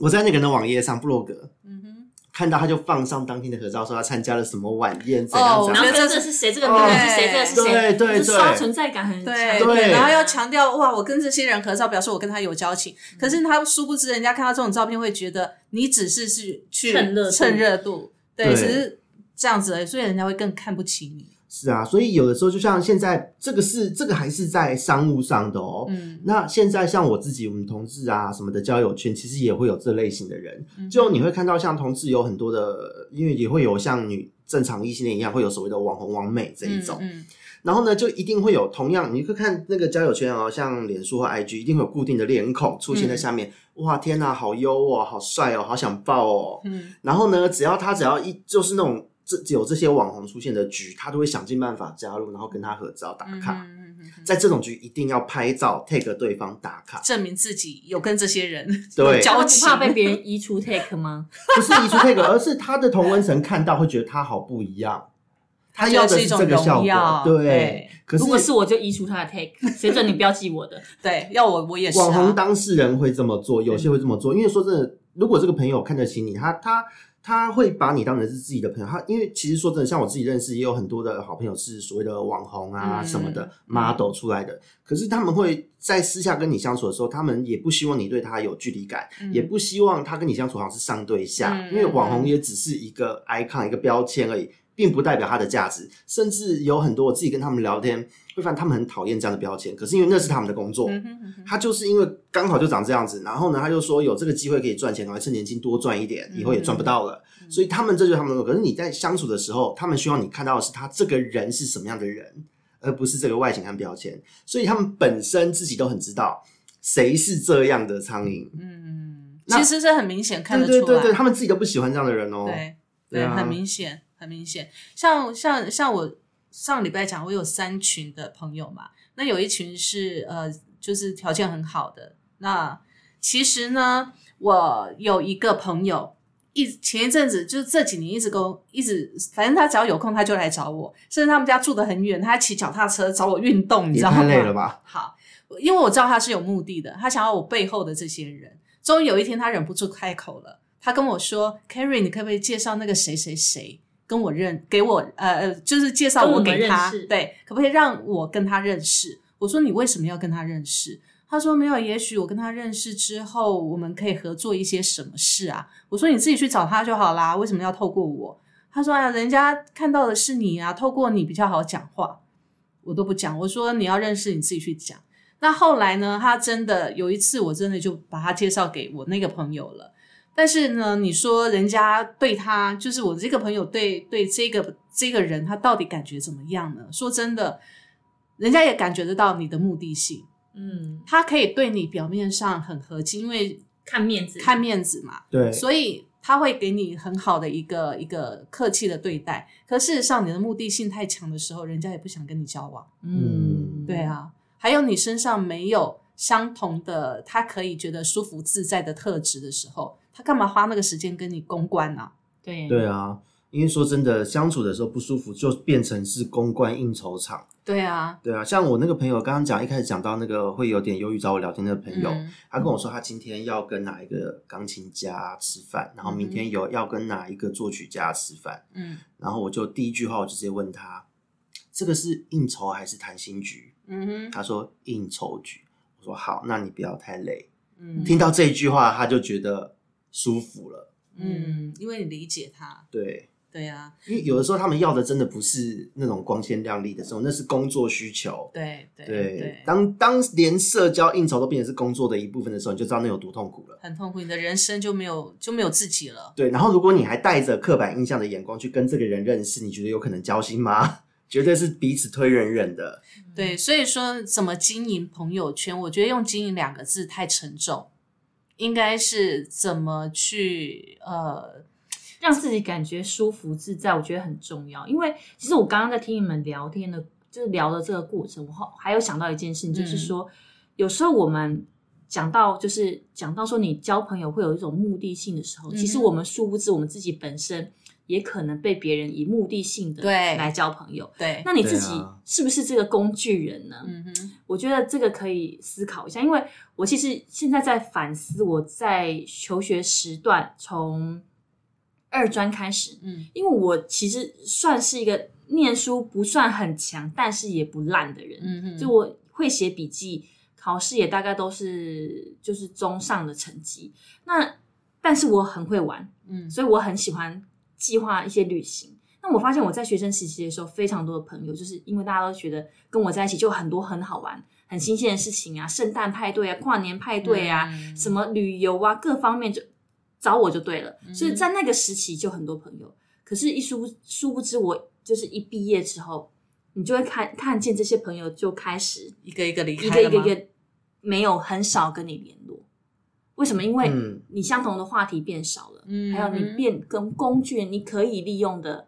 Speaker 3: 我在那个人的网页上，布洛格
Speaker 1: 嗯哼，
Speaker 3: 看到他就放上当天的合照，说他参加了什么晚宴
Speaker 1: 哦
Speaker 3: 怎样怎
Speaker 4: 然后
Speaker 3: 样。
Speaker 4: 跟这是谁，这个名人是谁，这个是谁，
Speaker 3: 对对
Speaker 4: 就是刷
Speaker 3: 对
Speaker 4: 存在感很强。
Speaker 1: 对
Speaker 3: 对
Speaker 1: 然后要强调哇，我跟这些人合照，表示我跟他有交情。可是他殊不知，人家看到这种照片会觉得你只是是去
Speaker 4: 趁热度
Speaker 1: 趁热度，对，
Speaker 3: 对
Speaker 1: 只是这样子而已，所以人家会更看不起你。
Speaker 3: 是啊，所以有的时候就像现在这个是这个还是在商务上的哦。
Speaker 1: 嗯，
Speaker 3: 那现在像我自己，我们同志啊什么的交友圈，其实也会有这类型的人。
Speaker 1: 嗯
Speaker 3: 就你会看到像同志有很多的，因为也会有像女正常异性恋一样，会有所谓的网红、网美这一种。
Speaker 1: 嗯
Speaker 3: 然后呢，就一定会有同样，你会看那个交友圈哦，像脸书或 IG，一定会有固定的脸孔出现在下面。哇，天哪，好优哦，好帅哦，好想抱哦。
Speaker 1: 嗯
Speaker 3: 然后呢，只要他只要一就是那种这有这些网红出现的局，他都会想尽办法加入，然后跟他合照打
Speaker 1: 嗯，
Speaker 3: 卡。
Speaker 1: 嗯嗯嗯
Speaker 3: 在这种局一定要拍照 take 对方打卡，
Speaker 1: 证明自己有跟这些人
Speaker 3: 对
Speaker 1: 有
Speaker 4: 他
Speaker 1: 交
Speaker 4: 们不
Speaker 1: 情，
Speaker 4: 怕被别人移除 take 吗？
Speaker 3: 不是移除 take，而是他的同温层看到会觉得他好不一样，他要的
Speaker 1: 是一种
Speaker 3: 这个效
Speaker 1: 荣耀
Speaker 3: 果，
Speaker 1: 对
Speaker 3: 可
Speaker 4: 如果是
Speaker 3: 是
Speaker 4: 我就移除他的 take，谁准你标记我的？
Speaker 1: 对，要我我也是、啊、
Speaker 3: 网红当事人会这么做，有些会这么做，因为说真的，如果这个朋友看得起你，他他。他会把你当成是自己的朋友，他因为其实说真的，像我自己认识也有很多的好朋友是所谓的网红啊
Speaker 1: 嗯
Speaker 3: 什么的、
Speaker 1: 嗯
Speaker 3: model 出来的，可是他们会在私下跟你相处的时候，他们也不希望你对他有距离感，也不希望他跟你相处好像是上对下，
Speaker 1: 嗯
Speaker 3: 因为网红也只是一个 icon 一个标签而已。并不代表它的价值，甚至有很多我自己跟他们聊天，会发现他们很讨厌这样的标签，可是因为那是他们的工作，
Speaker 1: 嗯哼嗯哼
Speaker 3: 他就是因为刚好就长这样子，然后呢，他就说有这个机会可以赚钱，赶快趁年轻多赚一点，以后也赚不到了。
Speaker 1: 嗯
Speaker 3: 所以他们这就是他们的工作。可是你在相处的时候，他们希望你看到的是他这个人是什么样的人，而不是这个外形和标签。所以他们本身自己都很知道谁是这样的苍蝇。
Speaker 1: 嗯，
Speaker 3: 那
Speaker 1: 其实是很明显看得
Speaker 3: 对
Speaker 1: 出来
Speaker 3: 对，对对，他们自己都不喜欢这样的人哦。
Speaker 1: 对
Speaker 3: 对啊
Speaker 1: 很明显，很明显。像像像我上礼拜讲，我有三群的朋友嘛，那有一群是呃，就是条件很好的。那其实呢，我有一个朋友。一前一阵子就是这几年一直跟我一直，反正他只要有空他就来找我，甚至他们家住得很远，他还骑脚踏车找我运动，你
Speaker 3: 也
Speaker 1: 知道吗？
Speaker 3: 太累了吧？
Speaker 1: 好，因为我知道他是有目的的，他想要我背后的这些人。终于有一天，他忍不住开口了，他跟我说：“Carrie，你可不可以介绍那个谁谁谁跟我认，给我呃呃，就是介绍
Speaker 4: 跟我们
Speaker 1: 给他
Speaker 4: 认识，
Speaker 1: 对，可不可以让我跟他认识？”我说：“你为什么要跟他认识？”他说：“没有，也许我跟他认识之后，我们可以合作一些什么事啊？”我说：“你自己去找他就好啦，为什么要透过我？”他说：“啊，人家看到的是你啊，透过你比较好讲话。”我都不讲，我说你要认识你自己去讲。那后来呢，他真的有一次，我真的就把他介绍给我那个朋友了。但是呢，你说人家对他，就是我这个朋友对对这个这个人，他到底感觉怎么样呢？说真的，人家也感觉得到你的目的性，
Speaker 4: 嗯，
Speaker 1: 他可以对你表面上很和气，因为
Speaker 4: 看面子，
Speaker 1: 看面子嘛，
Speaker 3: 对，
Speaker 1: 所以他会给你很好的一个一个客气的对待。可事实上，你的目的性太强的时候，人家也不想跟你交往。
Speaker 3: 嗯
Speaker 1: 对，啊，还有你身上没有相同的，他可以觉得舒服自在的特质的时候，他干嘛花那个时间跟你公关呢、
Speaker 4: 对
Speaker 3: 对啊，因为说真的，相处的时候不舒服，就变成是公关应酬场。
Speaker 1: 对啊，
Speaker 3: 对啊，像我那个朋友刚刚讲，一开始讲到那个会有点忧郁找我聊天的朋友，
Speaker 1: 嗯
Speaker 3: 他跟我说他今天要跟哪一个钢琴家吃饭，然后明天有要跟哪一个作曲家吃饭，
Speaker 1: 嗯
Speaker 3: 然后我就第一句话我就直接问他，这个是应酬还是谈心局？
Speaker 1: 嗯哼
Speaker 3: 他说应酬局。我说好，那你不要太累。
Speaker 1: 嗯
Speaker 3: 听到这一句话，他就觉得舒服了。
Speaker 1: 嗯，因为你理解他，
Speaker 3: 对，
Speaker 1: 对啊，
Speaker 3: 因为有的时候他们要的真的不是那种光鲜亮丽的时候，那是工作需求。
Speaker 1: 对对
Speaker 3: 对，
Speaker 1: 对，
Speaker 3: 当当连社交应酬都变成是工作的一部分的时候，你就知道那有多痛苦了。
Speaker 1: 很痛苦，你的人生就没有就没有自己了。
Speaker 3: 对，然后如果你还带着刻板印象的眼光去跟这个人认识，你觉得有可能交心吗？ 绝对是彼此推人远的。
Speaker 1: 对，所以说怎么经营朋友圈，我觉得用“经营”两个字太沉重，应该是怎么去呃，
Speaker 4: 让自己感觉舒服自在，我觉得很重要。因为其实我刚刚在听你们聊天的，就是聊的这个过程，我后还有想到一件事情，
Speaker 1: 嗯
Speaker 4: 就是说、有时候我们讲到就是讲到说你交朋友会有一种目的性的时候，
Speaker 1: 嗯哼
Speaker 4: 其实我们殊不知我们自己本身也可能被别人以目的性的
Speaker 1: 对
Speaker 4: 来交朋友。
Speaker 1: 对，
Speaker 4: 那你自己
Speaker 3: 对啊
Speaker 4: 是不是这个工具人呢？
Speaker 1: 嗯哼，
Speaker 4: 我觉得这个可以思考一下，因为我其实现在在反思我在求学时段从二专开始，
Speaker 1: 嗯
Speaker 4: 因为我其实算是一个念书不算很强，但是也不烂的人，
Speaker 1: 嗯哼，
Speaker 4: 就我会写笔记，考试也大概都是就是中上的成绩。那但是我很会玩，
Speaker 1: 嗯
Speaker 4: 所以我很喜欢计划一些旅行。那我发现我在学生时期的时候，非常多的朋友，就是因为大家都觉得跟我在一起就很多很好玩、很新鲜的事情啊，圣诞派对啊、跨年派对啊、
Speaker 1: 嗯
Speaker 4: 什么旅游啊，各方面就找我就对了。
Speaker 1: 嗯
Speaker 4: 所以在那个时期就很多朋友，可是一殊殊不知我就是一毕业之后，你就会看看见这些朋友就开始
Speaker 1: 一个一个离开
Speaker 4: 一个一
Speaker 1: 了
Speaker 4: 个
Speaker 1: 吗
Speaker 4: 一个没有很少跟你联络。为什么？因为
Speaker 3: 嗯
Speaker 4: 你相同的话题变少了，
Speaker 1: 嗯
Speaker 4: 还有你变跟工具你可以利用的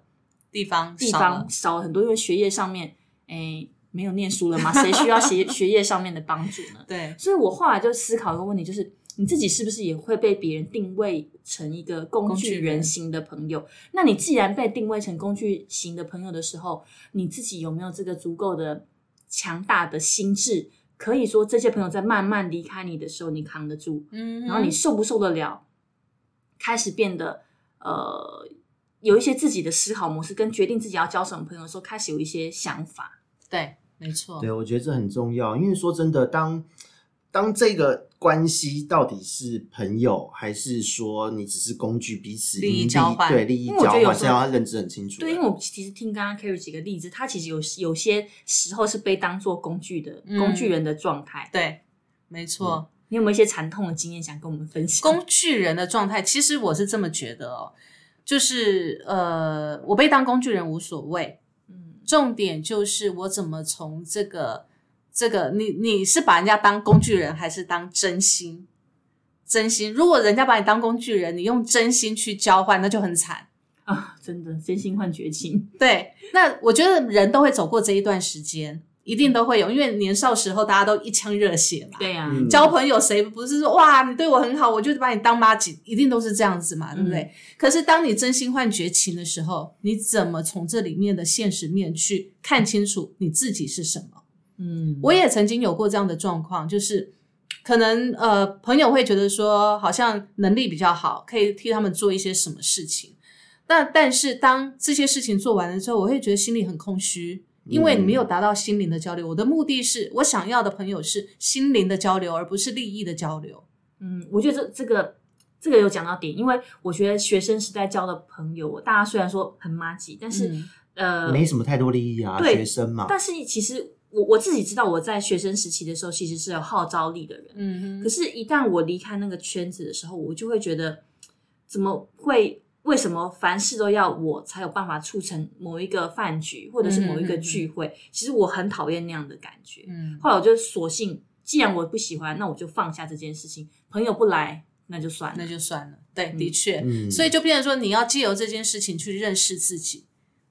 Speaker 1: 地方
Speaker 4: 地
Speaker 1: 少
Speaker 4: 方
Speaker 1: 了
Speaker 4: 少了很多，因为学业上面，哎，没有念书了嘛，谁需要学 学业上面的帮助呢？
Speaker 1: 对，
Speaker 4: 所以我后来就思考一个问题，就是你自己是不是也会被别人定位成一个工
Speaker 1: 工具
Speaker 4: 具
Speaker 1: 人
Speaker 4: 人型的朋友？那你既然被定位成工具型的朋友的时候，你自己有没有这个足够的强大的心智？可以说，这些朋友在慢慢离开你的时候，你扛得住，
Speaker 1: 嗯，
Speaker 4: 然后你受不受得了，开始变得呃有一些自己的思考模式，跟决定自己要交什么朋友的时候，开始有一些想法。
Speaker 1: 对，没错，
Speaker 4: 哦
Speaker 3: 对，我觉得这很重要，因为说真的，当当这个关系到底是朋友，还是说你只是工具彼此
Speaker 1: 利益
Speaker 3: 盈
Speaker 1: 交换
Speaker 3: 对利益
Speaker 4: 因为我
Speaker 3: 交
Speaker 4: 觉得有
Speaker 3: 换
Speaker 4: 时
Speaker 3: 是
Speaker 4: 候
Speaker 3: 要认知很清楚的。
Speaker 4: 对，因为我其实听刚刚 Carrie 几个例子，他其实有有些时候是被当做工具的、
Speaker 1: 嗯
Speaker 4: 工具人的状态。
Speaker 1: 对，没错。
Speaker 4: 你有没有一些惨痛的经验想跟我们分享？
Speaker 1: 工具人的状态，其实我是这么觉得哦，就是呃，我被当工具人无所谓，
Speaker 4: 嗯
Speaker 1: 重点就是我怎么从这个这个，你你是把人家当工具人，还是当真心？真心，如果人家把你当工具人，你用真心去交换，那就很惨。
Speaker 4: 啊，真的真心换绝情，
Speaker 1: 对，那我觉得人都会走过这一段时间，一定都会有，因为年少时候大家都一腔热血嘛。
Speaker 4: 对啊呀、
Speaker 3: 嗯
Speaker 1: 交朋友谁不是说哇你对我很好，我就把你当妈姐，一定都是这样子嘛，对不对？可是当你真心换绝情的时候，你怎么从这里面的现实面去看清楚你自己是什么？
Speaker 4: 嗯，
Speaker 1: 我也曾经有过这样的状况，就是可能呃朋友会觉得说好像能力比较好，可以替他们做一些什么事情。那但是当这些事情做完了之后，我会觉得心里很空虚，因为你没有达到心灵的交流。我的目的是我想要的朋友是心灵的交流，而不是利益的交流。
Speaker 4: 嗯，我觉得这这个这个有讲到点，因为我觉得学生时代交的朋友，大家虽然说很妈吉，但是、
Speaker 1: 嗯
Speaker 4: 呃，
Speaker 3: 没什么太多利益啊，
Speaker 4: 对
Speaker 3: 学生嘛，
Speaker 4: 但是其实我我自己知道，我在学生时期的时候其实是有号召力的人，
Speaker 1: 嗯
Speaker 4: 可
Speaker 1: 哼，
Speaker 4: 是，一旦我离开那个圈子的时候，我就会觉得，怎么会？为什么凡事都要我才有办法促成某一个饭局，或者是某一个聚会？其实我很讨厌那样的感觉。
Speaker 1: 嗯，
Speaker 4: 后来我就索性，既然我不喜欢，那我就放下这件事情。朋友不来，那就算了。
Speaker 1: 那就算了。对，
Speaker 4: 嗯
Speaker 1: 的确，
Speaker 3: 嗯
Speaker 1: 所以就变成说，你要借由这件事情去认识自己。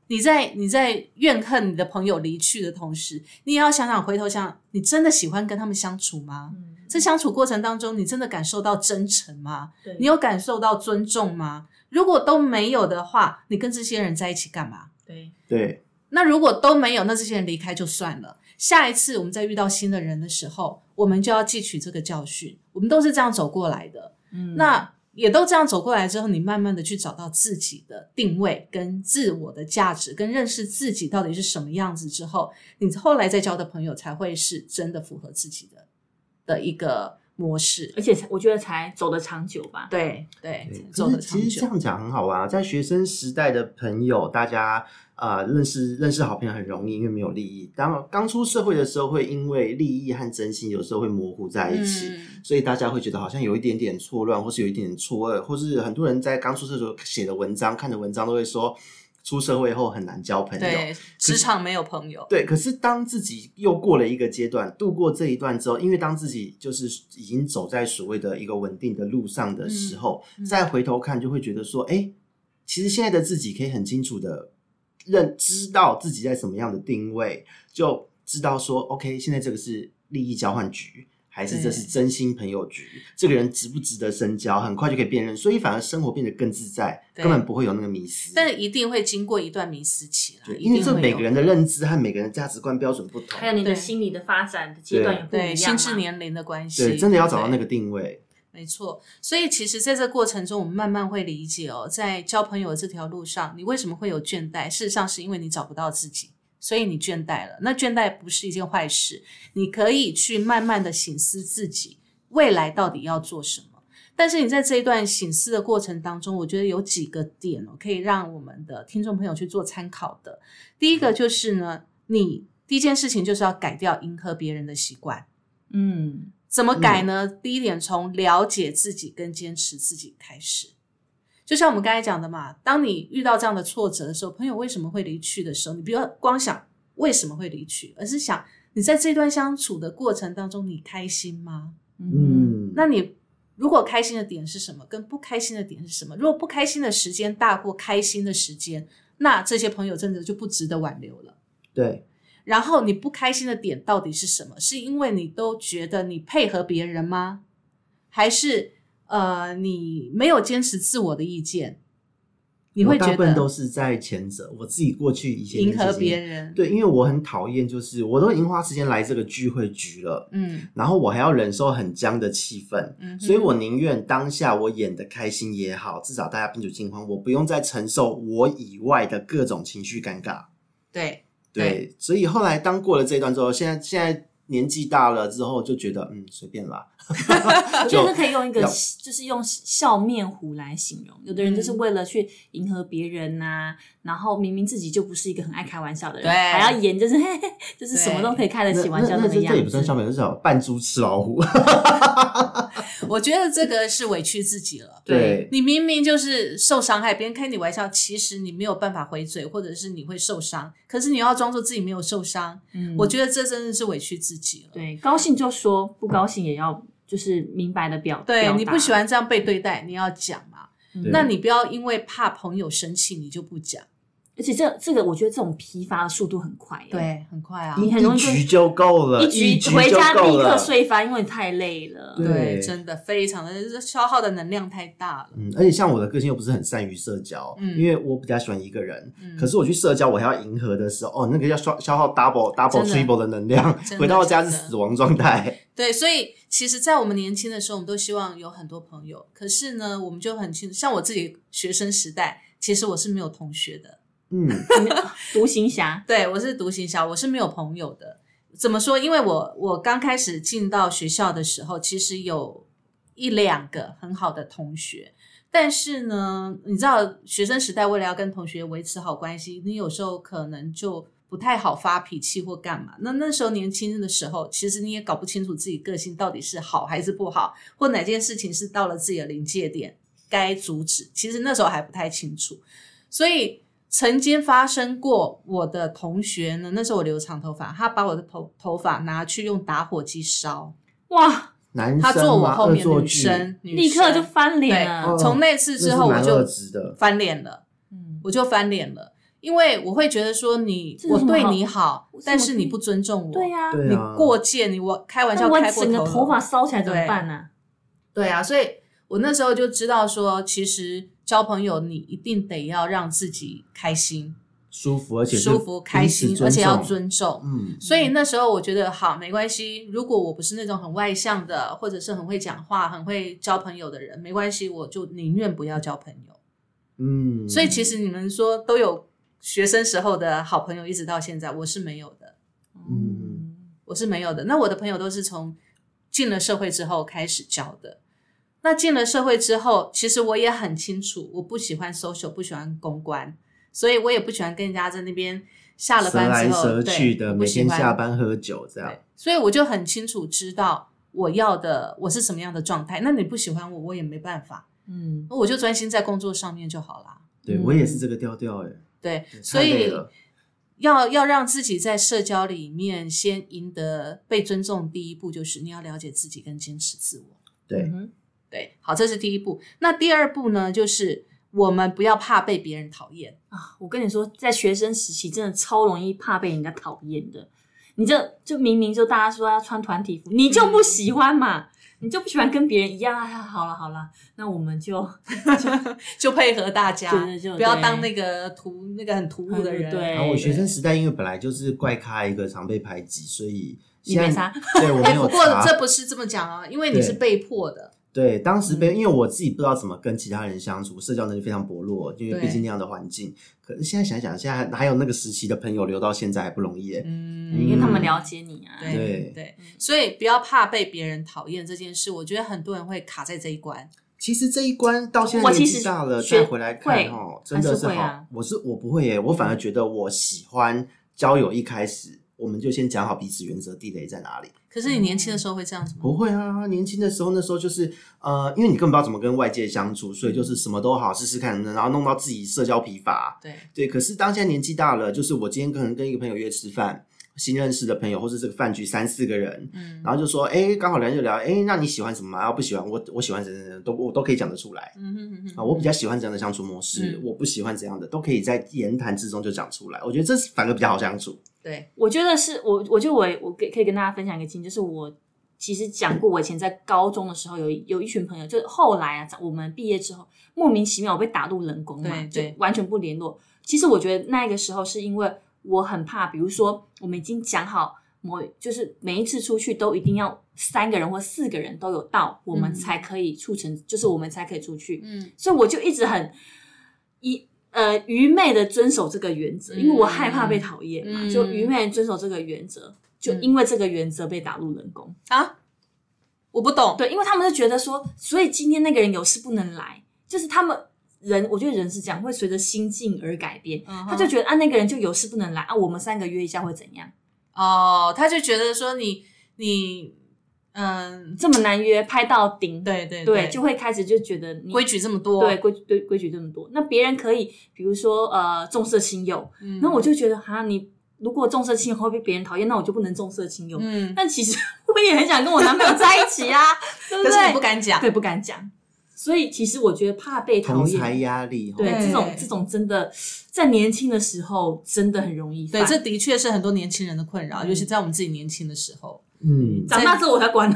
Speaker 1: 你在你在怨恨你的朋友离去的同时，你也要想想回头想想，你真的喜欢跟他们相处吗？
Speaker 4: 嗯，
Speaker 1: 这相处过程当中，你真的感受到真诚吗？
Speaker 4: 对
Speaker 1: 你有感受到尊重吗？如果都没有的话，你跟这些人在一起干嘛？
Speaker 4: 对，
Speaker 3: 对，
Speaker 1: 那如果都没有，那这些人离开就算了。下一次我们再遇到新的人的时候，我们就要汲取这个教训。我们都是这样走过来的。
Speaker 4: 嗯
Speaker 1: 那也都这样走过来之后，你慢慢的去找到自己的定位、跟自我的价值、跟认识自己到底是什么样子之后，你后来再交的朋友才会是真的符合自己的的一个模式
Speaker 4: 而。且才我觉得才走得长久吧。
Speaker 1: 对对
Speaker 3: 对，
Speaker 1: 走
Speaker 3: 可
Speaker 1: 的
Speaker 3: 是
Speaker 1: 长
Speaker 3: 其实
Speaker 1: 久。
Speaker 3: 这样讲很好玩啊，在学生时代的朋友，大家呃认识认识好朋友很容易，因为没有利益。当刚出社会的时候，会因为利益和真心有时候会模糊在一起。
Speaker 1: 嗯
Speaker 3: 所以大家会觉得好像有一点点错乱，或是有一点点错愕，或是很多人在刚出社会的时候写的文章、看的文章都会说，出社会后很难交朋友。
Speaker 1: 对，职场没有朋友。
Speaker 3: 对，可是当自己又过了一个阶段，度过这一段之后，因为当自己就是已经走在所谓的一个稳定的路上的时候，
Speaker 1: 嗯嗯
Speaker 3: 再回头看，就会觉得说，哎，其实现在的自己可以很清楚的认知道自己在什么样的定位，就知道说，OK，现在这个是利益交换局。还是这是
Speaker 1: 对
Speaker 3: 真心朋友局，这个人值不值得深交，很快就可以辨认，所以反而生活变得更自在，
Speaker 1: 对
Speaker 3: 根本不会有那个迷失。
Speaker 1: 但一定会经过一段迷失期啦
Speaker 3: 对，，
Speaker 1: 一
Speaker 3: 因为
Speaker 1: 定
Speaker 3: 这
Speaker 1: 会
Speaker 3: 每
Speaker 1: 有
Speaker 3: 个人的认知和每个人的价值观标准不同，
Speaker 4: 还有你的
Speaker 1: 对
Speaker 4: 心理的发展的阶段也不一样嘛
Speaker 1: 对心智年龄的关系，
Speaker 3: 对，真的要找到
Speaker 1: 对
Speaker 3: 那个定位。
Speaker 1: 没错，所以其实在这过程中，我们慢慢会理解哦，在交朋友这条路上，你为什么会有倦怠？事实上是因为你找不到自己，所以你倦怠了。那倦怠不是一件坏事，你可以去慢慢的醒思自己未来到底要做什么。但是你在这一段醒思的过程当中，我觉得有几个点哦，可以让我们的听众朋友去做参考的。第一个就是呢，你第一件事情就是要改掉迎合别人的习惯。
Speaker 4: 嗯，
Speaker 1: 怎么改呢？第一点，从了解自己跟坚持自己开始。就像我们刚才讲的嘛，当你遇到这样的挫折的时候，朋友为什么会离去的时候，你不要光想为什么会离去，而是想你在这段相处的过程当中，你开心吗？
Speaker 4: 嗯
Speaker 3: 嗯，
Speaker 1: 那你如果开心的点是什么，跟不开心的点是什么？如果不开心的时间大过开心的时间，那这些朋友真的就不值得挽留了。
Speaker 3: 对，
Speaker 1: 然后你不开心的点到底是什么？是因为你都觉得你配合别人吗？还是呃你没有坚持自我的意见？你会
Speaker 3: 我大
Speaker 1: 觉
Speaker 3: 部分
Speaker 1: 得
Speaker 3: 都是在前者，我自己过去以前的
Speaker 1: 迎合
Speaker 3: 事情
Speaker 1: 别。人？，
Speaker 3: 对，因为我很讨厌，就是我都已经花时间来这个聚会局了，
Speaker 1: 嗯
Speaker 3: 然后我还要忍受很僵的气氛，
Speaker 1: 嗯哼，
Speaker 3: 所以我宁愿当下我演的开心也好，至少大家宾主尽欢，我不用再承受我以外的各种情绪尴尬。
Speaker 1: 对
Speaker 3: 对，所以后来当过了这一段之后，现在现在年纪大了之后就觉得嗯随便啦，
Speaker 4: 我觉得可以用一个
Speaker 3: 要
Speaker 4: 就是用笑面虎来形容。有的人就是为了去迎合别人呐、然后明明自己就不是一个很爱开玩笑的人，
Speaker 1: 对
Speaker 4: 还要演就是嘿嘿，就是什么都可以开得起玩
Speaker 3: 那
Speaker 4: 笑
Speaker 3: 那
Speaker 4: 那
Speaker 3: 那
Speaker 4: 个
Speaker 3: 这
Speaker 4: 样
Speaker 3: 这
Speaker 4: 子。
Speaker 3: 也不算消费，这叫扮猪吃老虎。
Speaker 1: 我觉得这个是委屈自己了。
Speaker 3: 对
Speaker 1: 你明明就是受伤害，别人开你玩笑，其实你没有办法回嘴，或者是你会受伤，可是你又要装作自己没有受伤，
Speaker 4: 嗯
Speaker 1: 我觉得这真的是委屈自己了。
Speaker 4: 对高兴就说，不高兴也要就是明白的表。
Speaker 1: 对
Speaker 4: 表达
Speaker 1: 你不喜，欢这样被对待，你要讲嘛。
Speaker 4: 嗯
Speaker 3: 对
Speaker 1: 那你不要因为怕朋友生气，你就不讲。
Speaker 4: 而且这这个我觉得这种批发的速度很快耶，
Speaker 1: 对，很快啊。
Speaker 4: 你很容
Speaker 3: 一
Speaker 4: 易就
Speaker 3: 局就够了，
Speaker 4: 一
Speaker 3: 局
Speaker 4: 局回
Speaker 3: 就
Speaker 4: 家
Speaker 3: 够
Speaker 4: 立刻
Speaker 3: 了。
Speaker 4: 睡翻，因为你太累了。
Speaker 3: 对
Speaker 1: 对，真的非常的消耗的能量太大了。
Speaker 3: 嗯，而且像我的个性又不是很善于社交，
Speaker 1: 嗯
Speaker 3: 因为我比较喜欢一个人。
Speaker 1: 嗯
Speaker 3: 可是我去社交，我还要迎合的时候，哦，那个要消消耗 double、double、
Speaker 1: 真的
Speaker 3: triple 的能量
Speaker 1: 真的，
Speaker 3: 回到家是
Speaker 1: 真的
Speaker 3: 死亡状态。
Speaker 1: 对，所以其实，在我们年轻的时候，我们都希望有很多朋友。可是呢，我们就很清，像我自己学生时代，其实我是没有同学的，
Speaker 3: 嗯，
Speaker 4: 独行侠，
Speaker 1: 对我是独行侠，我是没有朋友的。怎么说？因为我我刚开始进到学校的时候，其实有一两个很好的同学，但是呢，你知道学生时代为了要跟同学维持好关系，你有时候可能就不太好发脾气或干嘛。那那时候年轻的时候，其实你也搞不清楚自己个性到底是好还是不好，或哪件事情是到了自己的临界点该阻止。其实那时候还不太清楚，所以曾经发生过，我的同学呢，那时候我留长头发，他把我的头头发拿去用打火机烧，
Speaker 4: 哇，
Speaker 3: 男生
Speaker 1: 他坐我
Speaker 3: 嘛
Speaker 1: 后面，
Speaker 3: 恶作
Speaker 1: 女
Speaker 3: 剧
Speaker 1: 生，女
Speaker 4: 立刻就
Speaker 1: 生
Speaker 4: 翻脸了
Speaker 1: 对。
Speaker 3: 哦
Speaker 1: 从那次之后我
Speaker 3: 那是蛮恶
Speaker 1: 就
Speaker 3: 质的
Speaker 1: 翻脸了，
Speaker 4: 嗯，
Speaker 1: 我就翻脸了，因为我会觉得说你
Speaker 4: 这有
Speaker 1: 我
Speaker 4: 什么
Speaker 1: 对
Speaker 4: 好
Speaker 1: 你好
Speaker 4: 我，
Speaker 1: 但
Speaker 4: 怎么
Speaker 1: 是
Speaker 4: 可以
Speaker 1: 你不尊重我，
Speaker 4: 对呀、
Speaker 3: 对
Speaker 1: 你
Speaker 3: 啊，
Speaker 1: 过界，你我开玩
Speaker 4: 那
Speaker 1: 笑
Speaker 4: 我
Speaker 1: 开过
Speaker 4: 整个
Speaker 1: 了
Speaker 4: 头发烧起来怎么办呢、
Speaker 1: 对啊，所以我那时候就知道说，其实交朋友你一定得要让自己开心、
Speaker 3: 舒服，而且是
Speaker 1: 舒服、开心
Speaker 3: 彼，此
Speaker 1: 而且要
Speaker 3: 重。
Speaker 1: 尊重。
Speaker 3: 嗯，
Speaker 1: 所以那时候我觉得好没关系，如果我不是那种很外向的，或者是很会讲话、很会交朋友的人，没关系，我就宁愿不要交朋友。
Speaker 3: 嗯，
Speaker 1: 所以其实你们说都有学生时候的好朋友，一直到现在，我是没有的，
Speaker 3: 嗯
Speaker 1: 我是没有的。那我的朋友都是从进了社会之后开始交的。那进了社会之后，其实我也很清楚，我不喜欢 social，不喜欢公关，所以我也不喜欢跟人家在那边下了
Speaker 3: 舌
Speaker 1: 班
Speaker 3: 来
Speaker 1: 之后
Speaker 3: 舌去
Speaker 1: 对
Speaker 3: 的，
Speaker 1: 我
Speaker 3: 每
Speaker 1: 不喜
Speaker 3: 天
Speaker 1: 欢
Speaker 3: 下班喝酒这样
Speaker 1: 对。，所以我就很清楚知道我要的我是什么样的状态。那你不喜欢我，我也没办法，
Speaker 4: 嗯，
Speaker 1: 我就专心在工作上面就好啦。
Speaker 3: 对
Speaker 4: 嗯
Speaker 3: 我也是这个调调哎，
Speaker 1: 对，所
Speaker 3: 太累
Speaker 1: 以
Speaker 3: 了
Speaker 1: 要要让自己在社交里面先赢得被尊重，第一步就是你要了解自己跟坚持自我。
Speaker 3: 对，
Speaker 4: 嗯
Speaker 1: 对，好，这是第一步。那第二步呢，就是我们不要怕被别人讨厌。
Speaker 4: 啊，我跟你说，在学生时期真的超容易怕被人家讨厌的。你这就明明就大家说要穿团体服，你就不喜欢嘛，你就不喜欢跟别人一样啊。好了好了，那我们就
Speaker 1: 就配合大家
Speaker 4: 对对，就
Speaker 1: 不要
Speaker 4: 对
Speaker 1: 当那个突那个很突兀的人。
Speaker 4: 哎
Speaker 1: 哎
Speaker 4: 对，
Speaker 3: 然后我学生时代因为本来就是怪咖一个，常被排挤，所以
Speaker 4: 你没
Speaker 3: 现在
Speaker 4: 差，
Speaker 3: 对我没
Speaker 1: 哎，
Speaker 3: 有
Speaker 1: 不过
Speaker 3: 差。
Speaker 1: 这不是这么讲啊，因为你
Speaker 3: 对
Speaker 1: 是被迫的。
Speaker 3: 对，当时
Speaker 4: 嗯
Speaker 3: 被、因为我自己不知道怎么跟其他人相处，社交能力非常薄弱，因为
Speaker 1: 对
Speaker 3: 毕竟那样的环境。可是现在想想，现在还有那个时期的朋友留到现在还不容易耶。
Speaker 1: 嗯
Speaker 4: 因为他们了解你啊。
Speaker 1: 对
Speaker 3: 对
Speaker 1: 对
Speaker 4: 嗯，
Speaker 1: 所以不要怕被别人讨厌这件事，我觉得很多人会卡在这一关。
Speaker 3: 其实这一关到现在
Speaker 4: 我其
Speaker 3: 年
Speaker 4: 实
Speaker 3: 纪大了
Speaker 4: 学
Speaker 3: 再回来看
Speaker 4: 会
Speaker 3: 哦，真的是
Speaker 4: 还是
Speaker 3: 好。
Speaker 4: 会啊
Speaker 3: 我是我不会耶，我反而觉得我喜欢交友一开始。我们就先讲好彼此原则地雷在哪里。
Speaker 1: 可是你年轻的时候会这样子吗？
Speaker 3: 不会啊，年轻的时候那时候就是呃，因为你根本不知道怎么跟外界相处，所以就是什么都好试试看，然后弄到自己社交疲乏。
Speaker 1: 对，
Speaker 3: 对，可是当现在年纪大了，就是我今天可能跟一个朋友约吃饭，新认识的朋友，或是这个饭局三四个人，
Speaker 1: 嗯
Speaker 3: 然后就说，哎，刚好聊就聊，哎，那你喜欢什么吗？啊，不喜欢我，我喜欢谁谁谁，都我都可以讲得出来
Speaker 1: 嗯哼哼哼
Speaker 3: 啊。我比较喜欢怎样的相处模式，
Speaker 1: 嗯
Speaker 3: 我不喜欢怎样的，都可以在言谈之中就讲出来。我觉得这是反而比较好相处。
Speaker 1: 对，
Speaker 4: 我觉得是我，我觉得我我可以可以跟大家分享一个经验，就是我其实讲过，我以前在高中的时候有一有一群朋友，就是后来啊，我们毕业之后莫名其妙我被打入冷宫嘛，就
Speaker 1: 对对
Speaker 4: 完全不联络。其实我觉得那个时候是因为我很怕，比如说我们已经讲好某就是每一次出去都一定要三个人或四个人都有到，我们
Speaker 1: 嗯
Speaker 4: 才可以促成，就是我们才可以出去。
Speaker 1: 嗯，
Speaker 4: 所以我就一直很一呃愚昧的遵守这个原则，因为我害怕被讨厌嘛，
Speaker 1: 嗯
Speaker 4: 就愚昧地遵守这个原则。就因为这个原则被打入冷宫。
Speaker 1: 啊，我不懂，
Speaker 4: 对，因为他们就觉得说，所以今天那个人有事不能来，就是他们人，我觉得人是这样，会随着心境而改变。
Speaker 1: 嗯哼
Speaker 4: 他就觉得啊，那个人就有事不能来啊，我们三个约一下会怎样？
Speaker 1: 哦，他就觉得说你你嗯，
Speaker 4: 这么难约，拍到顶，
Speaker 1: 对对
Speaker 4: 对，就会开始就觉得你
Speaker 1: 规矩这么多，
Speaker 4: 对规对规矩这么多，那别人可以，比如说呃重色轻友，
Speaker 1: 嗯，
Speaker 4: 那、我就觉得哈，你如果重色轻友会被别人讨厌，那我就不能重色轻友。
Speaker 1: 嗯，
Speaker 4: 但其实 我也很想跟我男朋友在 一起啊，对不
Speaker 1: 可是你不
Speaker 4: 对？
Speaker 1: 敢讲，
Speaker 4: 对，不敢讲。所以其实我觉得怕被讨
Speaker 3: 同才
Speaker 4: 厌，
Speaker 3: 压力，
Speaker 4: 对
Speaker 1: 对
Speaker 4: 这种这种真的在年轻的时候真的很容易
Speaker 1: 对
Speaker 4: 犯。
Speaker 1: 这的确是很多年轻人的困扰，
Speaker 4: 嗯
Speaker 1: 尤其在我们自己年轻的时候。
Speaker 3: 嗯，
Speaker 4: 长大之后我才管。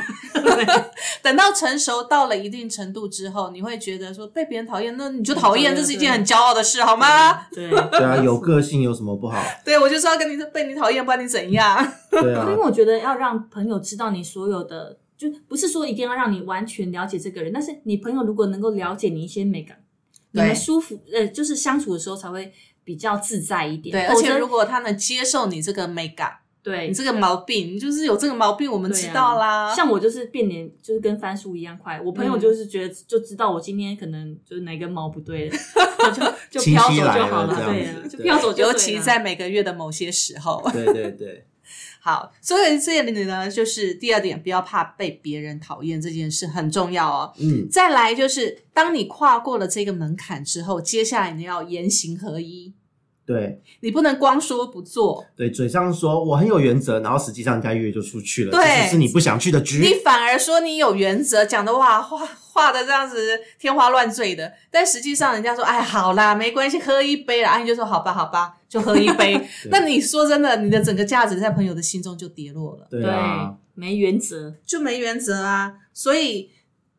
Speaker 1: 等到成熟到了一定程度之后，你会觉得说被别人讨厌，那你就讨厌，
Speaker 4: 对
Speaker 1: 这
Speaker 4: 对
Speaker 1: 是一件很骄傲的事，好吗？
Speaker 4: 对，
Speaker 3: 对啊，有个性有什么不好？
Speaker 1: 对，我就说要跟你被你讨厌，不然你怎样？
Speaker 3: 对啊
Speaker 4: 因为，我觉得要让朋友知道你所有的，就不是说一定要让你完全了解这个人，但是你朋友如果能够了解你一些美感，你
Speaker 1: 对
Speaker 4: 们舒服，呃，就是相处的时候才会比较自在一点。
Speaker 1: 对，而
Speaker 4: 否
Speaker 1: 且
Speaker 4: 则
Speaker 1: 如果他能接受你这个美感，
Speaker 4: 对
Speaker 1: 你这个毛病，你就是有这个毛病，我们知道啦。
Speaker 4: 像我就是变脸，就是跟翻书一样快。我朋友
Speaker 1: 嗯
Speaker 4: 就是觉得就知道我今天可能就是哪根毛不对了， 然后就就
Speaker 3: 清
Speaker 4: 飘走
Speaker 3: 晰来
Speaker 4: 就
Speaker 3: 了
Speaker 4: 好
Speaker 3: 这样
Speaker 4: 对
Speaker 3: 子
Speaker 4: 啊，就
Speaker 3: 对
Speaker 4: 飘走就对了
Speaker 1: 尤其在每个月的某些时候，
Speaker 3: 对对对，
Speaker 1: 好，所以这里呢，就是第二点，不要怕被别人讨厌这件事很重要哦。
Speaker 3: 嗯，
Speaker 1: 再来就是，当你跨过了这个门槛之后，接下来你要言行合一，
Speaker 3: 对
Speaker 1: 你不能光说不做，
Speaker 3: 对，嘴上说我很有原则，然后实际上人家约就出去了，
Speaker 1: 对
Speaker 3: 这只是你不想去的局。
Speaker 1: 你反而说你有原则，讲的哇话话的这样子天花乱坠的，但实际上人家说哎好啦，没关系，喝一杯啦，啊你就说好吧好吧，就喝一杯。那你说真的，你的整个价值在朋友的心中就跌落了。
Speaker 3: 对
Speaker 4: 对
Speaker 3: 啊，
Speaker 4: 没原则，
Speaker 1: 就没原则啊。所以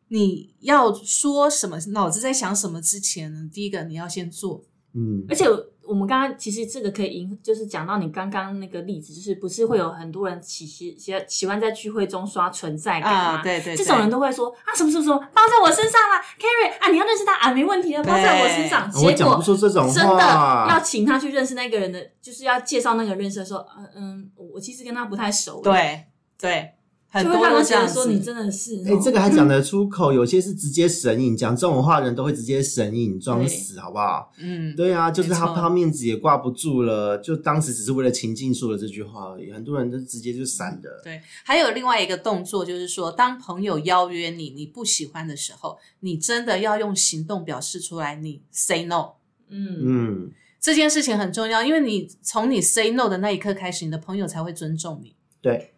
Speaker 1: 你要说什么，脑子在想什么之前呢，第一个你要先做，
Speaker 3: 嗯
Speaker 4: 而，且我们刚刚其实这个可以引，就是讲到你刚刚那个例子，就是不是会有很多人喜喜喜喜欢在聚会中刷存在感
Speaker 1: 啊
Speaker 4: 吗？
Speaker 1: 对对对
Speaker 4: 这种人都会说啊什么什么什么包在我身上啦，Carrie 啊你要认识他啊没问题啊，包在我身上。
Speaker 3: 我
Speaker 4: 结
Speaker 3: 讲不
Speaker 4: 果
Speaker 3: 出这种
Speaker 4: 真的要
Speaker 3: 话，
Speaker 4: 请他去认识那个人的，就是要介绍那个人认识的时候，嗯嗯，我其实跟他不太熟，，
Speaker 1: 对对，很
Speaker 4: 就
Speaker 1: 多
Speaker 4: 会让
Speaker 1: 都
Speaker 4: 人
Speaker 1: 这
Speaker 4: 觉
Speaker 1: 样
Speaker 4: 得
Speaker 1: 子。
Speaker 4: 说你真的是哦，
Speaker 3: 哎、这个还讲得出口，有些是直接神隐，讲这种话的人都会直接神隐，装死，好不好？
Speaker 1: 嗯，
Speaker 3: 对啊，就是他
Speaker 1: 没错
Speaker 3: 他面子也挂不住了，就当时只是为了情境说了这句话而已，很多人都直接就闪了。
Speaker 1: 对。还有另外一个动作就是说，当朋友邀约你，你不喜欢的时候，你真的要用行动表示出来，你 say no。
Speaker 4: 嗯
Speaker 3: 嗯，
Speaker 1: 这件事情很重要，因为你从你 say no 的那一刻开始，你的朋友才会尊重你。
Speaker 3: 对，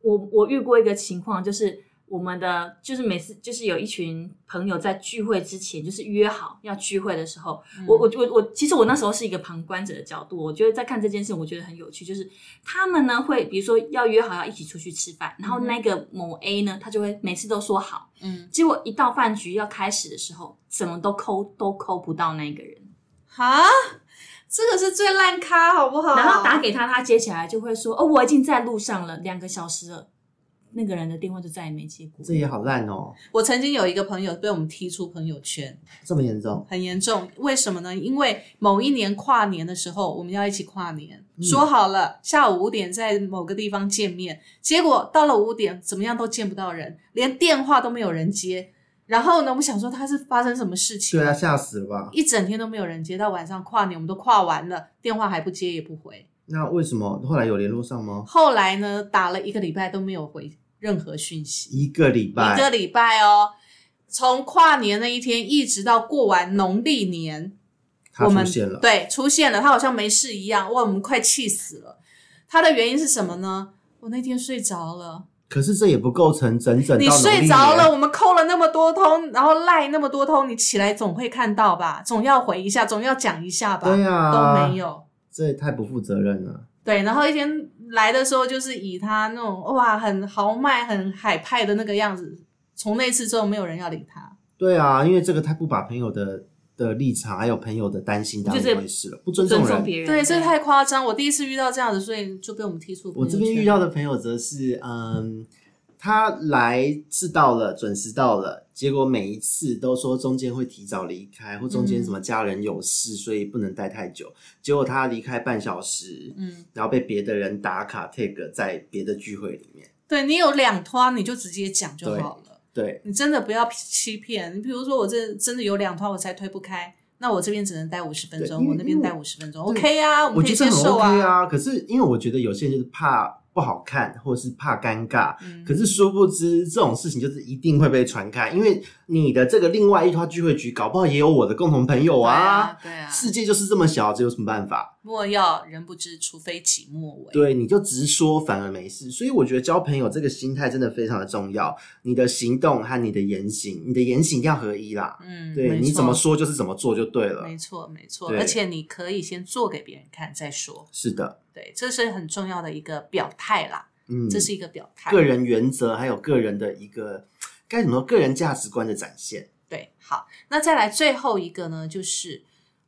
Speaker 4: 我我遇过一个情况，就是我们的就是每次就是有一群朋友在聚会之前，就是约好要聚会的时候，
Speaker 1: 嗯
Speaker 4: 我我我我其实我那时候是一个旁观者的角度，我觉得在看这件事，我觉得很有趣，就是他们呢会比如说要约好要一起出去吃饭，然后那个某 A 呢，他就会每次都说好，
Speaker 1: 嗯，
Speaker 4: 结果一到饭局要开始的时候，怎么都抠都抠不到那个人。
Speaker 1: 哈，这个是最烂咖，好不好？
Speaker 4: 然后打给他，他接起来就会说：“哦，我已经在路上了，两个小时了。”那个人的电话就再也没接过。
Speaker 3: 这也好烂哦，
Speaker 1: 我曾经有一个朋友被我们踢出朋友圈，
Speaker 3: 这么严重。
Speaker 1: 很严重。为什么呢？因为某一年跨年的时候，我们要一起跨年，
Speaker 3: 嗯
Speaker 1: 说好了下午五点在某个地方见面，结果到了五点，怎么样都见不到人，连电话都没有人接。然后呢，我们想说他是发生什么事情
Speaker 3: 对？啊，吓死了吧？
Speaker 1: 一整天都没有人接，到晚上跨年，我们都跨完了，电话还不接也不回。
Speaker 3: 那为什么后来有联络上吗？
Speaker 1: 后来呢，打了一个礼拜都没有回任何讯息。
Speaker 3: 一个礼拜，
Speaker 1: 一个礼拜哦，从跨年那一天一直到过完农历年，
Speaker 3: 他
Speaker 1: 我们
Speaker 3: 出现了。
Speaker 1: 对出现了，他好像没事一样，哇，我们快气死了。他的原因是什么呢？我那天睡着了，
Speaker 3: 可是这也不构成整整
Speaker 1: 你
Speaker 3: 到农历
Speaker 1: 睡
Speaker 3: 年
Speaker 1: 着了，我们扣了那么多通，然后赖那么多通，你起来总会看到吧，总要回一下，总要讲一下吧，
Speaker 3: 对啊
Speaker 1: 都没有。
Speaker 3: 这也太不负责任了。
Speaker 1: 对，然后一天来的时候，就是以他那种哇很豪迈、很海派的那个样子，从那次之后，没有人要理他。
Speaker 3: 对啊，因为这个太不把朋友的的立场还有朋友的担心当一
Speaker 4: 就是
Speaker 3: 回事了，不尊
Speaker 4: 尊
Speaker 3: 重
Speaker 4: 重
Speaker 3: 人。
Speaker 4: 别人，
Speaker 1: 对，这太夸张，我第一次遇到这样的，所以就被我们踢出朋
Speaker 3: 我
Speaker 1: 友圈。
Speaker 3: 这边遇到的朋友则是，嗯，他来是到了，准时到了，结果每一次都说中间会提早离开，或中间什么家人有
Speaker 1: 嗯
Speaker 3: 事，所以不能待太久。结果他离开半小时，
Speaker 1: 嗯，
Speaker 3: 然后被别的人打卡 tag 在别的聚会里面。
Speaker 1: 对你有两拖，你就直接讲就好了。
Speaker 3: 对，
Speaker 1: 你真的不要欺骗。你比如说，我这真的有两团，我才推不开，那我这边只能待五十分
Speaker 3: 对因
Speaker 1: 钟，
Speaker 3: 为
Speaker 1: 我那边待五十分钟
Speaker 3: 对
Speaker 1: ，OK 啊，我
Speaker 3: 我
Speaker 1: 们可
Speaker 3: 觉
Speaker 1: 以
Speaker 3: 得
Speaker 1: 接
Speaker 3: 很
Speaker 1: 受
Speaker 3: OK 啊。可是因为我觉得有些人就是怕不好看，或是怕尴尬，
Speaker 1: 嗯
Speaker 3: 可是殊不知这种事情就是一定会被传开，因为你的这个另外一团聚会局，搞不好也有我的共同朋友
Speaker 1: 对
Speaker 3: 啊。
Speaker 1: 啊，对啊，
Speaker 3: 世界就是这么小，这有什么办法？
Speaker 1: 莫要人不知，除非己莫为。
Speaker 3: 对，你就直说，反而没事。所以我觉得交朋友这个心态真的非常的重要，你的行动和你的言行，你的言行一定要合一啦。
Speaker 1: 嗯，
Speaker 3: 对，
Speaker 1: 没
Speaker 3: 你
Speaker 1: 错
Speaker 3: 怎么？说就是怎么做就对了
Speaker 1: 没。错，没错，
Speaker 3: 对
Speaker 1: 而且你可以先做给别人看再说，
Speaker 3: 是的，
Speaker 1: 对，这是很重要的一个表态啦，
Speaker 3: 嗯，
Speaker 1: 这是一个表态。
Speaker 3: 个人原则，还有个人的一个该怎么说，个人价值观的展现。
Speaker 1: 对，好，那再来最后一个呢，就是，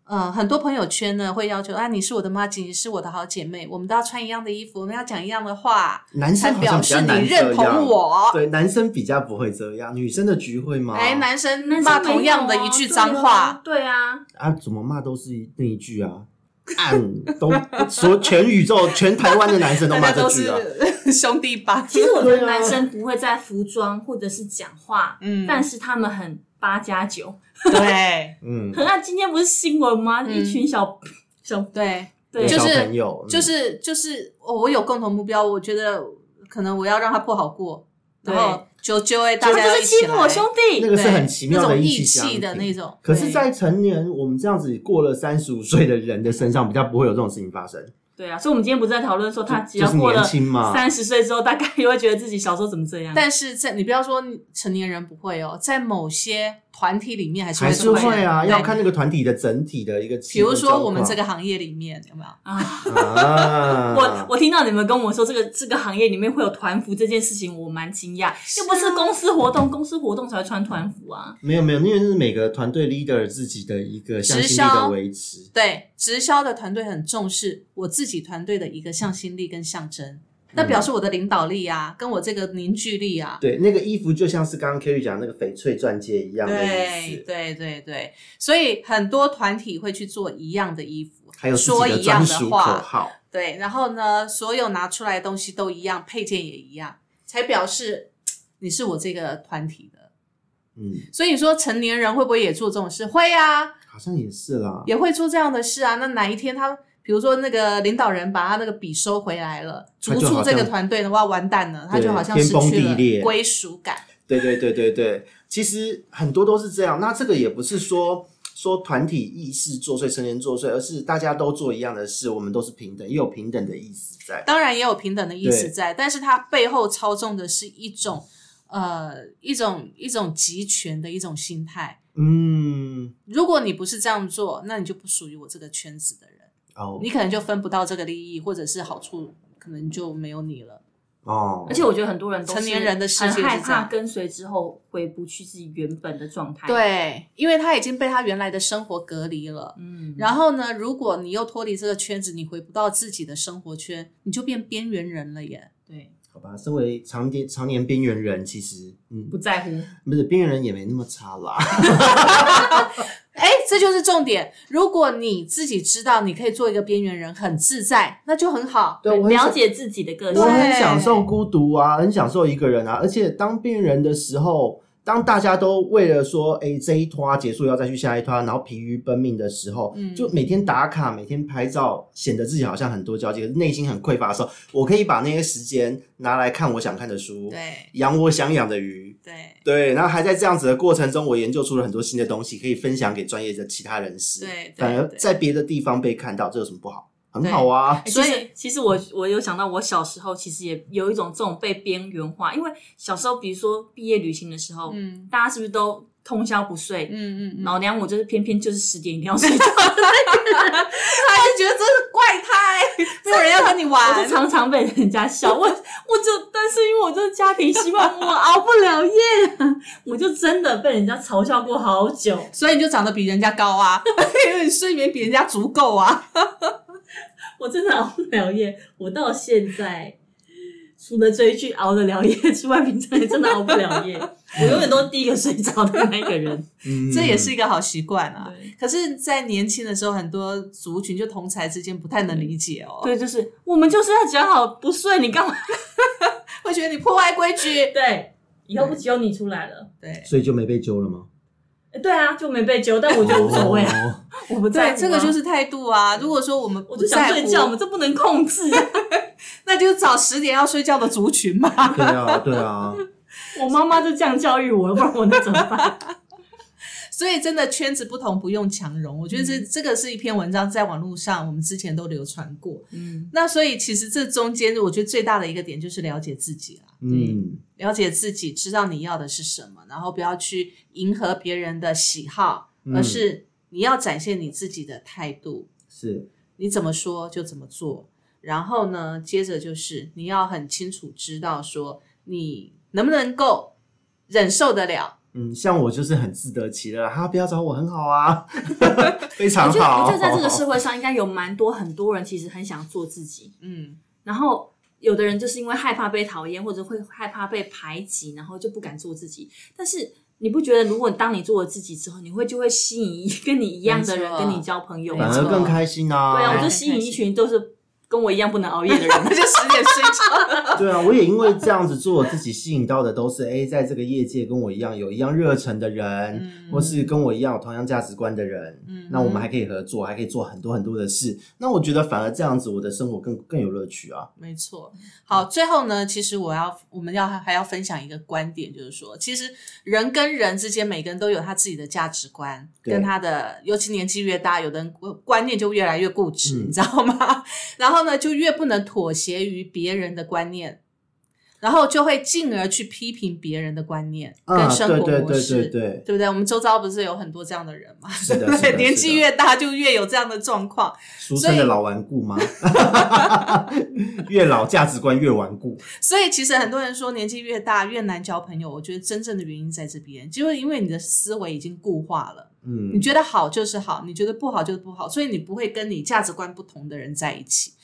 Speaker 1: 呃，很多朋友圈呢会要求啊，你是我的妈姐，你是我的好姐妹，我们都要穿一样的衣服，我们要讲一样的话，
Speaker 3: 男
Speaker 1: 才
Speaker 3: 生
Speaker 1: 表
Speaker 3: 好像比较
Speaker 1: 示
Speaker 3: 难
Speaker 1: 你
Speaker 3: 这样
Speaker 1: 认同。我。
Speaker 3: 对，男生比较不会这样，女生的局会吗？
Speaker 1: 哎，男生
Speaker 4: 男生
Speaker 1: 骂
Speaker 4: 没有
Speaker 1: 同样的
Speaker 4: 啊
Speaker 1: 一句脏话，，
Speaker 4: 对啊，
Speaker 3: 啊，怎么骂都是那一句啊，暗都所全宇宙全台湾的男 生都
Speaker 1: 大
Speaker 3: 骂
Speaker 1: 家
Speaker 3: 这
Speaker 1: 都
Speaker 3: 句啊。
Speaker 1: 是 兄弟吧？
Speaker 4: 其实我觉
Speaker 3: 对
Speaker 4: 得
Speaker 3: 啊
Speaker 4: 男生不会在服装或者是讲话，
Speaker 1: 嗯
Speaker 4: 但是他们很八加九。
Speaker 1: 对
Speaker 3: 嗯，
Speaker 4: 可那今天不是新闻吗？
Speaker 1: 嗯
Speaker 4: 一群小小
Speaker 1: 对，
Speaker 4: 对，
Speaker 1: 就
Speaker 3: 小
Speaker 1: 是
Speaker 3: 朋友，
Speaker 1: 就
Speaker 3: 嗯
Speaker 1: 是就是，哦我有共同目标，我觉得可能我要让他不好过，然后九九哎，大
Speaker 4: 他
Speaker 1: 家
Speaker 4: 就
Speaker 1: 要一
Speaker 4: 是
Speaker 1: 起
Speaker 4: 欺负我
Speaker 1: 来
Speaker 4: 兄弟，
Speaker 3: 那个是
Speaker 1: 对
Speaker 3: 很奇妙
Speaker 1: 那
Speaker 3: 的
Speaker 1: 种
Speaker 3: 义
Speaker 1: 义
Speaker 3: 气相
Speaker 1: 气的
Speaker 3: 挺
Speaker 1: 那种。
Speaker 3: 可是，
Speaker 1: 对
Speaker 3: 在成年我们这样子过了三十五岁的人的身上，比较不会有这种事情发生。
Speaker 4: 对啊，所以我们今天不是在讨论说他只
Speaker 3: 就
Speaker 4: 要
Speaker 3: 是
Speaker 4: 过了
Speaker 3: 年轻嘛
Speaker 4: 三十岁之后，大概又会觉得自己小时候怎么这样。
Speaker 1: 但是在你不要说成年人不会哦，在某些团体里面还是
Speaker 3: 还是
Speaker 1: 这么
Speaker 3: 会啊，
Speaker 1: 对
Speaker 3: 要看那个团体的整体的一个
Speaker 1: 比
Speaker 3: 气氛状况。
Speaker 1: 如说我们这个行业里面有没有？
Speaker 4: 啊，
Speaker 3: 啊，
Speaker 4: 我我听到你们跟我说这个这个行业里面会有团服这件事情，我蛮惊讶。又不是公司活动，公司活动才会穿团服啊。
Speaker 3: 没有没有，因为是每个团队 leader 自己的一个向心力
Speaker 1: 直销
Speaker 3: 的维持。
Speaker 1: 对，直销的团队很重视我自己团队的一个向心力跟象
Speaker 3: 嗯
Speaker 1: 征，那表示我的领导力啊，跟我这个凝聚力啊。
Speaker 3: 对，那个衣服就像是刚刚 Kerry 讲的那个翡翠钻戒一样的意
Speaker 1: 对
Speaker 3: 思，
Speaker 1: 对对对，所以很多团体会去做一样的衣服，
Speaker 3: 还有自己
Speaker 1: 说
Speaker 3: 的
Speaker 1: 一样
Speaker 3: 专
Speaker 1: 的
Speaker 3: 属口
Speaker 1: 话，
Speaker 3: 号。
Speaker 1: 对，然后呢，所有拿出来的东西都一样，配件也一样，才表示嘖你是我这个团体的。
Speaker 3: 嗯，
Speaker 1: 所以你说成年人会不会也做这种事？会啊，
Speaker 3: 好像也是啦。
Speaker 1: 也会做这样的事啊。那哪一天他，比如说那个领导人把他那个笔收回来了，
Speaker 3: 他
Speaker 1: 逐
Speaker 3: 就
Speaker 1: 出
Speaker 3: 好
Speaker 1: 这个
Speaker 3: 像
Speaker 1: 团队的话，完蛋了，他
Speaker 3: 对
Speaker 1: 就好像
Speaker 3: 天
Speaker 1: 失
Speaker 3: 崩
Speaker 1: 去
Speaker 3: 地裂
Speaker 1: 了归属感。
Speaker 3: 对对对对对，其实很多都是这样。那这个也不是说说团体意识作祟、成年作祟，而是大家都做一样的事，我们都是平等，也有平等的意思在。
Speaker 1: 当然也有平等的意思
Speaker 3: 对
Speaker 1: 在，但是它背后操纵的是一种呃一种一种集权的一种心态。
Speaker 3: 嗯，
Speaker 1: 如果你不是这样做，那你就不属于我这个圈子的人。
Speaker 3: 哦
Speaker 1: 你可能就分不到这个利益，或者是好处，可能就没有你了。
Speaker 3: 哦，
Speaker 4: 而且我觉得很多人都是
Speaker 1: 成年人的世界是
Speaker 4: 很
Speaker 1: 这样
Speaker 4: 害怕跟随之后回不去自己原本的状态。，
Speaker 1: 对，因为他已经被他原来的生活隔离了。
Speaker 4: 嗯，
Speaker 1: 然后呢，如果你又脱离这个圈子，你回不到自己的生活圈，你就变边缘人了耶。
Speaker 4: 对，
Speaker 3: 好吧，身为常年常年边缘人，其实嗯
Speaker 4: 不，在乎。
Speaker 3: 不是边缘人也没那么差啦。
Speaker 1: 哎，这就是重点。如果你自己知道你可以做一个边缘人，很自在，那就很好。
Speaker 3: 对，我很
Speaker 4: 了
Speaker 3: 享
Speaker 4: 解自己的个
Speaker 3: 我
Speaker 1: 对
Speaker 4: 性，哎
Speaker 3: 很享受孤独啊，很享受一个人啊。而且当边缘人的时候，当大家都为了说，哎、这一拖结束要再去下一拖，然后疲于奔命的时候，
Speaker 1: 嗯
Speaker 3: 就每天打卡、每天拍照，显得自己好像很多交际，可是内心很匮乏的时候，我可以把那些时间拿来看我想看的书，
Speaker 1: 对
Speaker 3: 养我想养的鱼。
Speaker 1: 对
Speaker 3: 对，然后还在这样子的过程中，我研究出了很多新的东西，可以分享给专业的其他人士。
Speaker 1: 对对
Speaker 3: 反而
Speaker 1: 对
Speaker 3: 在别的地方被看到，这有什么不好？很好啊。
Speaker 4: 欸
Speaker 1: 所以
Speaker 4: 其实其实我我有想到，我小时候其实也有一种这种被边缘化，因为小时候比如说毕业旅行的时候，
Speaker 1: 嗯
Speaker 4: 大家是不是都通宵不睡？
Speaker 1: 嗯嗯嗯，
Speaker 4: 老娘我就是偏偏就是十点一定要睡觉，
Speaker 1: 他还是觉得这是怪胎，没有人要跟你
Speaker 4: 我
Speaker 1: 玩
Speaker 4: 就。常常被人家笑。我我就但是因为我这个家庭希望我熬不了夜，我就真的被人家嘲笑过好久。
Speaker 1: 所以你就长得比人家高啊， 因为你睡眠比人家足够啊。
Speaker 4: 我真的熬不了夜，我到现在。除了追剧熬得了夜之外，平常也真的熬不了夜。我永远都第一个睡着的那个 人。
Speaker 3: 嗯
Speaker 1: 这也是一个好习惯啊。
Speaker 4: 对
Speaker 1: 可是，在年轻的时候，很多族群就同才之间不太能理解哦，
Speaker 4: 对，就是我们就是要讲好不睡，你干嘛？
Speaker 1: 会觉得你破坏规矩。
Speaker 4: 对，以后不揪你出来了。
Speaker 1: 对
Speaker 3: 所以就没被揪了吗？
Speaker 4: 诶对啊，就没被揪，但我觉得无所谓 啊，
Speaker 3: 哦
Speaker 4: 我不在乎啊、
Speaker 1: 对，这个就是态度啊。如果说我们
Speaker 4: 我
Speaker 1: 不
Speaker 4: 就想
Speaker 1: 在
Speaker 4: 睡觉，我们
Speaker 1: 乎，
Speaker 4: 这不能控制、啊。
Speaker 1: 那就找十点要睡觉的族群嘛。
Speaker 3: 对 啊，对啊，
Speaker 4: 我妈妈就这样教育我，不然我能怎么办？
Speaker 1: 所以，真的圈子不同，不用强融。我觉得这
Speaker 4: 嗯
Speaker 1: 这个是一篇文章，在网络上我们之前都流传过。
Speaker 4: 嗯，
Speaker 1: 那所以，其实这中间，我觉得最大的一个点就是了解自己啦。
Speaker 3: 嗯，
Speaker 1: 了解自己，知道你要的是什么，然后不要去迎合别人的喜好，
Speaker 3: 嗯
Speaker 1: 而是你要展现你自己的态度，
Speaker 3: 是，
Speaker 1: 你怎么说就怎么做。然后呢，接着就是你要很清楚知道说你能不能够忍受得了。
Speaker 3: 嗯，像我就是很自得其乐，啊他不要找我很好 啊，非
Speaker 4: 我
Speaker 3: 常
Speaker 4: 觉得
Speaker 3: 好。哦
Speaker 4: 我觉得在这个社会上，应该有蛮多很多人其实很想做自己，
Speaker 1: 嗯，
Speaker 4: 然后有的人就是因为害怕被讨厌，或者会害怕被排挤，然后就不敢做自己。但是你不觉得，如果当你做了自己之后，你会就会吸引一跟你一样的人
Speaker 1: 没错
Speaker 4: 跟你交朋友
Speaker 1: 没
Speaker 3: 反
Speaker 1: 错
Speaker 4: 吗？
Speaker 3: 而更开心啊！
Speaker 4: 对啊，
Speaker 1: 没
Speaker 4: 我
Speaker 1: 错
Speaker 4: 就吸引一群都是跟我一样不能熬夜的
Speaker 1: 那
Speaker 4: 人。
Speaker 1: 就 十点睡觉。
Speaker 3: 对啊，我也因为这样子做，我自己吸引到的都是哎，在这个业界跟我一样有一样热忱的人，
Speaker 1: 嗯
Speaker 3: 或是跟我一样有同样价值观的人。
Speaker 1: 嗯
Speaker 3: 那我们还可以合作，还可以做很多很多的事。那我觉得反而这样子，我的生活更更有乐趣啊。
Speaker 1: 没错。好，最后呢，其实我要我们要还要分享一个观点，就是说，其实人跟人之间，每个人都有他自己的价值观，
Speaker 3: 对
Speaker 1: 跟他的，尤其年纪越大，有的人观观念就越来越固执，
Speaker 3: 嗯
Speaker 1: 你知道吗？ 然后呢，就越不能妥协于别人的观念。然后就会进而去批评别人的观念跟
Speaker 3: 啊，
Speaker 1: 生
Speaker 3: 对
Speaker 1: 活
Speaker 3: 对
Speaker 1: 模
Speaker 3: 对
Speaker 1: 式，
Speaker 3: 对对，
Speaker 1: 对不对？我们周遭不是有很多这样的人嘛？
Speaker 3: 是 的，
Speaker 1: 对不
Speaker 3: 是
Speaker 1: 对，
Speaker 3: 的
Speaker 1: 年纪
Speaker 3: 是的
Speaker 1: 越大就越有这样的状况。
Speaker 3: 俗称的
Speaker 1: 所以
Speaker 3: 老顽 固吗？ 越老价值观越顽固，
Speaker 1: 所以其实很多人说年纪越大越难交朋友，我觉得真正的原因在这边，就是因为你的思维已经固化了，你
Speaker 3: 嗯，
Speaker 1: 觉得好就是好，你觉得不好就是不好，所以你不会跟你价值观不同的人在一起。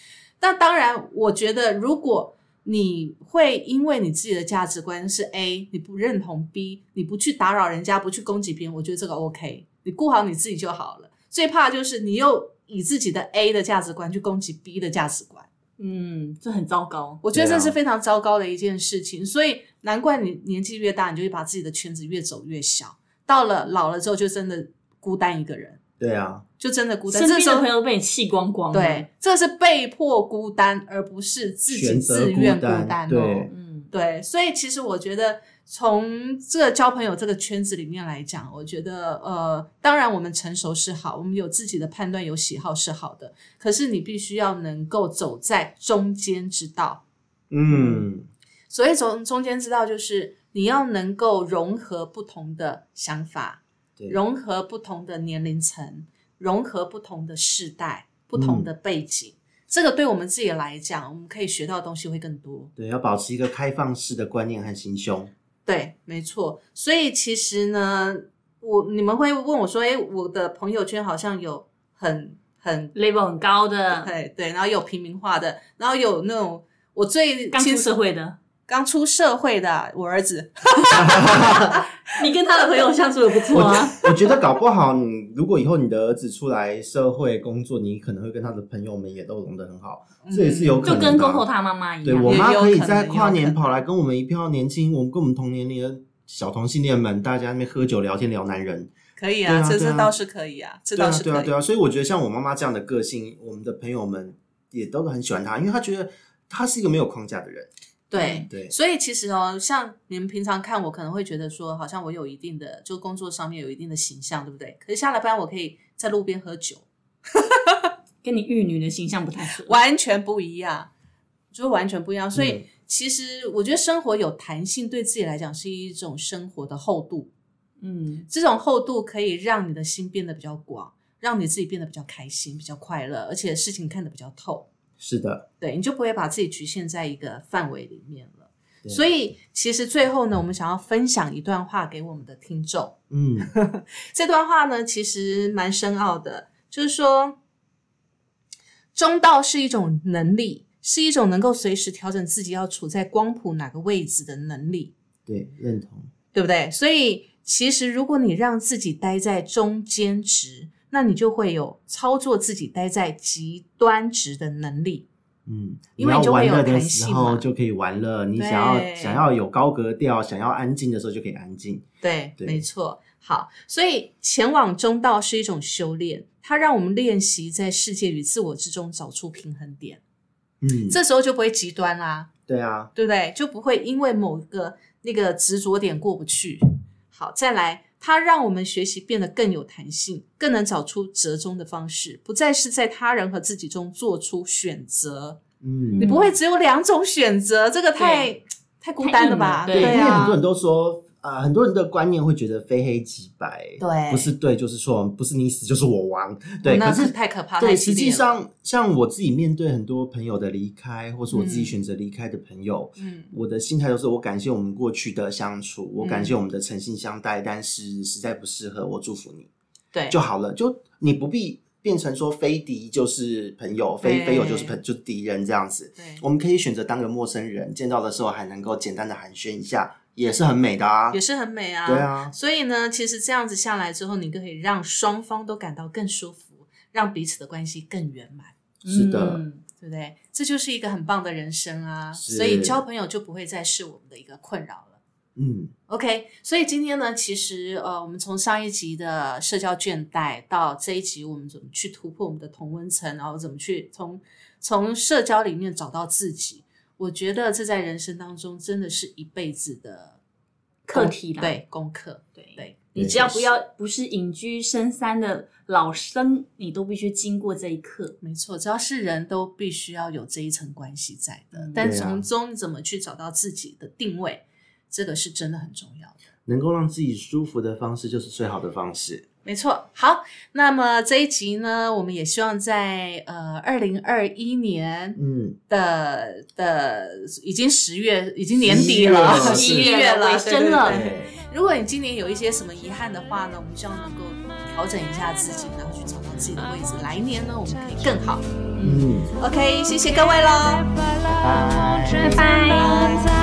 Speaker 1: 那当然，我觉得如果你会因为你自己的价值观是 A，你不认同 B，你不去打扰人家，不去攻击别人，我觉得这个 OK，你顾好你自己就好了。最怕就是你又以自己的 A 的价值观去攻击 B 的价值观。
Speaker 4: 嗯，这很糟糕。
Speaker 1: 我觉得
Speaker 3: 对啊
Speaker 1: 这是非常糟糕的一件事情，所以难怪你年纪越大，你就会把自己的圈子越走越小。到了老了之后，就真的孤单一个人，
Speaker 3: 对啊，
Speaker 1: 就真的孤单。
Speaker 4: 身
Speaker 1: 这
Speaker 4: 边
Speaker 1: 时
Speaker 4: 的
Speaker 1: 候
Speaker 4: 朋，友都被你气光光了。，
Speaker 1: 对，这是被迫孤单，而不是自己
Speaker 3: 选择
Speaker 1: 自愿
Speaker 3: 孤
Speaker 1: 孤
Speaker 3: 单
Speaker 1: 单哦。
Speaker 3: 对
Speaker 4: 嗯，
Speaker 1: 对，所以其实我觉得从这个交朋友这个圈子里面来讲，我觉得呃，当然我们成熟是好，我们有自己的判断、有喜好是好的，可是你必须要能够走在中间之道。
Speaker 3: 嗯，
Speaker 1: 所以从中间知道，就是你要能够融合不同的想法，
Speaker 3: 对，
Speaker 1: 融合不同的年龄层，融合不同的世代、不
Speaker 3: 嗯
Speaker 1: 同的背景。这个对我们自己来讲，我们可以学到的东西会更多。
Speaker 3: 对，要保持一个开放式的观念和心胸。
Speaker 1: 对，没错。所以其实呢，我你们会问我说：“诶，我的朋友圈好像有很很
Speaker 4: level 很高的，
Speaker 1: 对对，然后有平民化的，然后有那种我最
Speaker 4: 刚出社会的，
Speaker 1: 刚出社会的我儿子，
Speaker 4: 你跟他的朋友相处的不错啊。
Speaker 3: 我觉得 搞不好你如果以后你的儿子出来社会工作，你可能会跟他的朋友们也都融得很好，这也是有可
Speaker 4: 就
Speaker 3: 能的啊
Speaker 4: 跟过后他妈妈一
Speaker 3: 对
Speaker 4: 样。
Speaker 3: 我
Speaker 1: 嗯
Speaker 3: 妈
Speaker 1: 也有
Speaker 3: 可以
Speaker 1: 可能
Speaker 3: 在
Speaker 1: 也有
Speaker 3: 跨
Speaker 1: 可
Speaker 3: 年
Speaker 1: 能
Speaker 3: 跑来跟我们一票年轻，我们跟我们同年龄的小同性恋们，大家在那边喝酒聊天聊男人，
Speaker 1: 可以
Speaker 3: 对
Speaker 1: 啊，
Speaker 3: 啊
Speaker 1: 这
Speaker 3: 对
Speaker 1: 这
Speaker 3: 啊
Speaker 1: 倒是可以啊，这
Speaker 3: 对
Speaker 1: 倒
Speaker 3: 啊
Speaker 1: 是可
Speaker 3: 对
Speaker 1: 以。
Speaker 3: 啊对啊，所以我觉得像我妈妈这样的个性，我们的朋友们也都很喜欢她，因为她觉得她是一个没有框架的人。
Speaker 1: 对
Speaker 3: 嗯对
Speaker 1: 所以其实哦，像你们平常看我，可能会觉得说，好像我有一定的，就工作上面有一定的形象，对不对？可是下了班，我可以在路边喝酒，
Speaker 4: 跟你玉女的形象不太合。
Speaker 1: 完全不一样，就完全不一样。所以、
Speaker 3: 嗯
Speaker 1: 其实我觉得生活有弹性，对自己来讲是一种生活的厚度。
Speaker 4: 嗯，
Speaker 1: 这种厚度可以让你的心变得比较广，让你自己变得比较开心、比较快乐，而且事情看得比较透。
Speaker 3: 是的，
Speaker 1: 对，你就不会把自己局限在一个范围里面了。
Speaker 3: 对
Speaker 1: 所以，其实最后呢，我们想要分享一段话给我们的听众。
Speaker 3: 嗯，
Speaker 1: 这段话呢，其实蛮深奥的，就是说，中道是一种能力，是一种能够随时调整自己要处在光谱哪个位置的能力，
Speaker 3: 对，认同。
Speaker 1: 对不对？所以其实如果你让自己待在中间值，那你就会有操作自己待在极端值的能力。
Speaker 3: 嗯，
Speaker 1: 因为你
Speaker 3: 你要
Speaker 1: 就会
Speaker 3: 玩
Speaker 1: 有
Speaker 3: 乐的
Speaker 1: 弹
Speaker 3: 时
Speaker 1: 性
Speaker 3: 候
Speaker 1: 嘛
Speaker 3: 就可以玩乐，你
Speaker 1: 对
Speaker 3: 想要想要有高格调，想要安静的时候就可以安静。
Speaker 1: 对，
Speaker 3: 对
Speaker 1: 没错。好，所以前往中道是一种修炼，它让我们练习在世界与自我之中找出平衡点，
Speaker 3: 嗯，
Speaker 1: 这时候就不会极端啦、
Speaker 3: 对啊，
Speaker 1: 对不对？就不会因为某个那个执着点过不去。好，再来，它让我们学习变得更有弹性，更能找出折中的方式，不再是在他人和自己中做出选择。
Speaker 3: 嗯
Speaker 1: 你
Speaker 4: 嗯，
Speaker 1: 不会只有两种选择，这个太太孤单了吧？
Speaker 4: 太硬了对
Speaker 3: 因为很
Speaker 1: 啊
Speaker 3: 多，人都说，呃，很多人的观念会觉得非黑即白，
Speaker 1: 对哦
Speaker 3: 不是对就是错，不是你死就是我亡，对。
Speaker 1: 那
Speaker 3: 可
Speaker 1: 是
Speaker 3: 是
Speaker 1: 太可怕。太
Speaker 3: 对，
Speaker 1: 激
Speaker 3: 实
Speaker 1: 烈
Speaker 3: 际
Speaker 1: 了，
Speaker 3: 上，像我自己面对很多朋友的离开，或是我自己
Speaker 1: 嗯
Speaker 3: 选择离开的朋友，
Speaker 1: 嗯，
Speaker 3: 我的心态都是我感谢我们过去的相处，我感谢我们的诚心相待，但是实在不适合，我祝福你。
Speaker 1: 对，
Speaker 3: 就好了，就你不必变成说非敌就是朋友，非
Speaker 1: 对
Speaker 3: 非友就是朋就是敌人这样子。
Speaker 1: 对，
Speaker 3: 我们可以选择当个陌生人，见到的时候还能够简单的寒暄一下，也是很美的啊。
Speaker 1: 也是很美啊。
Speaker 3: 对。啊，
Speaker 1: 所以呢，其实这样子下来之后，你可以让双方都感到更舒服，让彼此的关系更圆满。
Speaker 3: 是的
Speaker 4: 嗯
Speaker 1: 对不对？这就是一个很棒的人生啊！
Speaker 3: 是
Speaker 1: 所以交朋友就不会再是我们的一个困扰了。
Speaker 3: 嗯，
Speaker 1: OK，所以今天呢，其实呃，我们从上一集的社交倦怠到这一集，我们怎么去突破我们的同温层，然后怎么去从从社交里面找到自己，我觉得这在人生当中真的是一辈子的
Speaker 4: 课题啦，
Speaker 1: 对功课，
Speaker 4: 对
Speaker 1: 对
Speaker 4: 你只要不要不是隐居深山的老生，你都必须经过这一刻。
Speaker 1: 没错，只要是人都必须要有这一层关系在的，
Speaker 4: 嗯
Speaker 1: 但
Speaker 3: 对啊
Speaker 1: 从中你怎么去找到自己的定位，这个是真的很重要的。
Speaker 3: 能够让自己舒服的方式就是最好的方式。
Speaker 1: 没错，好，那么这一集呢，我们也希望在呃二零二一年
Speaker 3: 嗯，
Speaker 1: 的的已经十月，已经年底了，
Speaker 3: 十一
Speaker 1: 11
Speaker 4: 月了
Speaker 1: 了，
Speaker 4: 是尾声了
Speaker 1: 对对对
Speaker 3: 对，
Speaker 1: 如果你今年有一些什么遗憾的话呢，我们希望能够调整一下自己，然后去找到自己的位置。来年呢，我们可以更好。
Speaker 3: 嗯。
Speaker 1: OK，谢谢各位喽。
Speaker 2: Bye bye.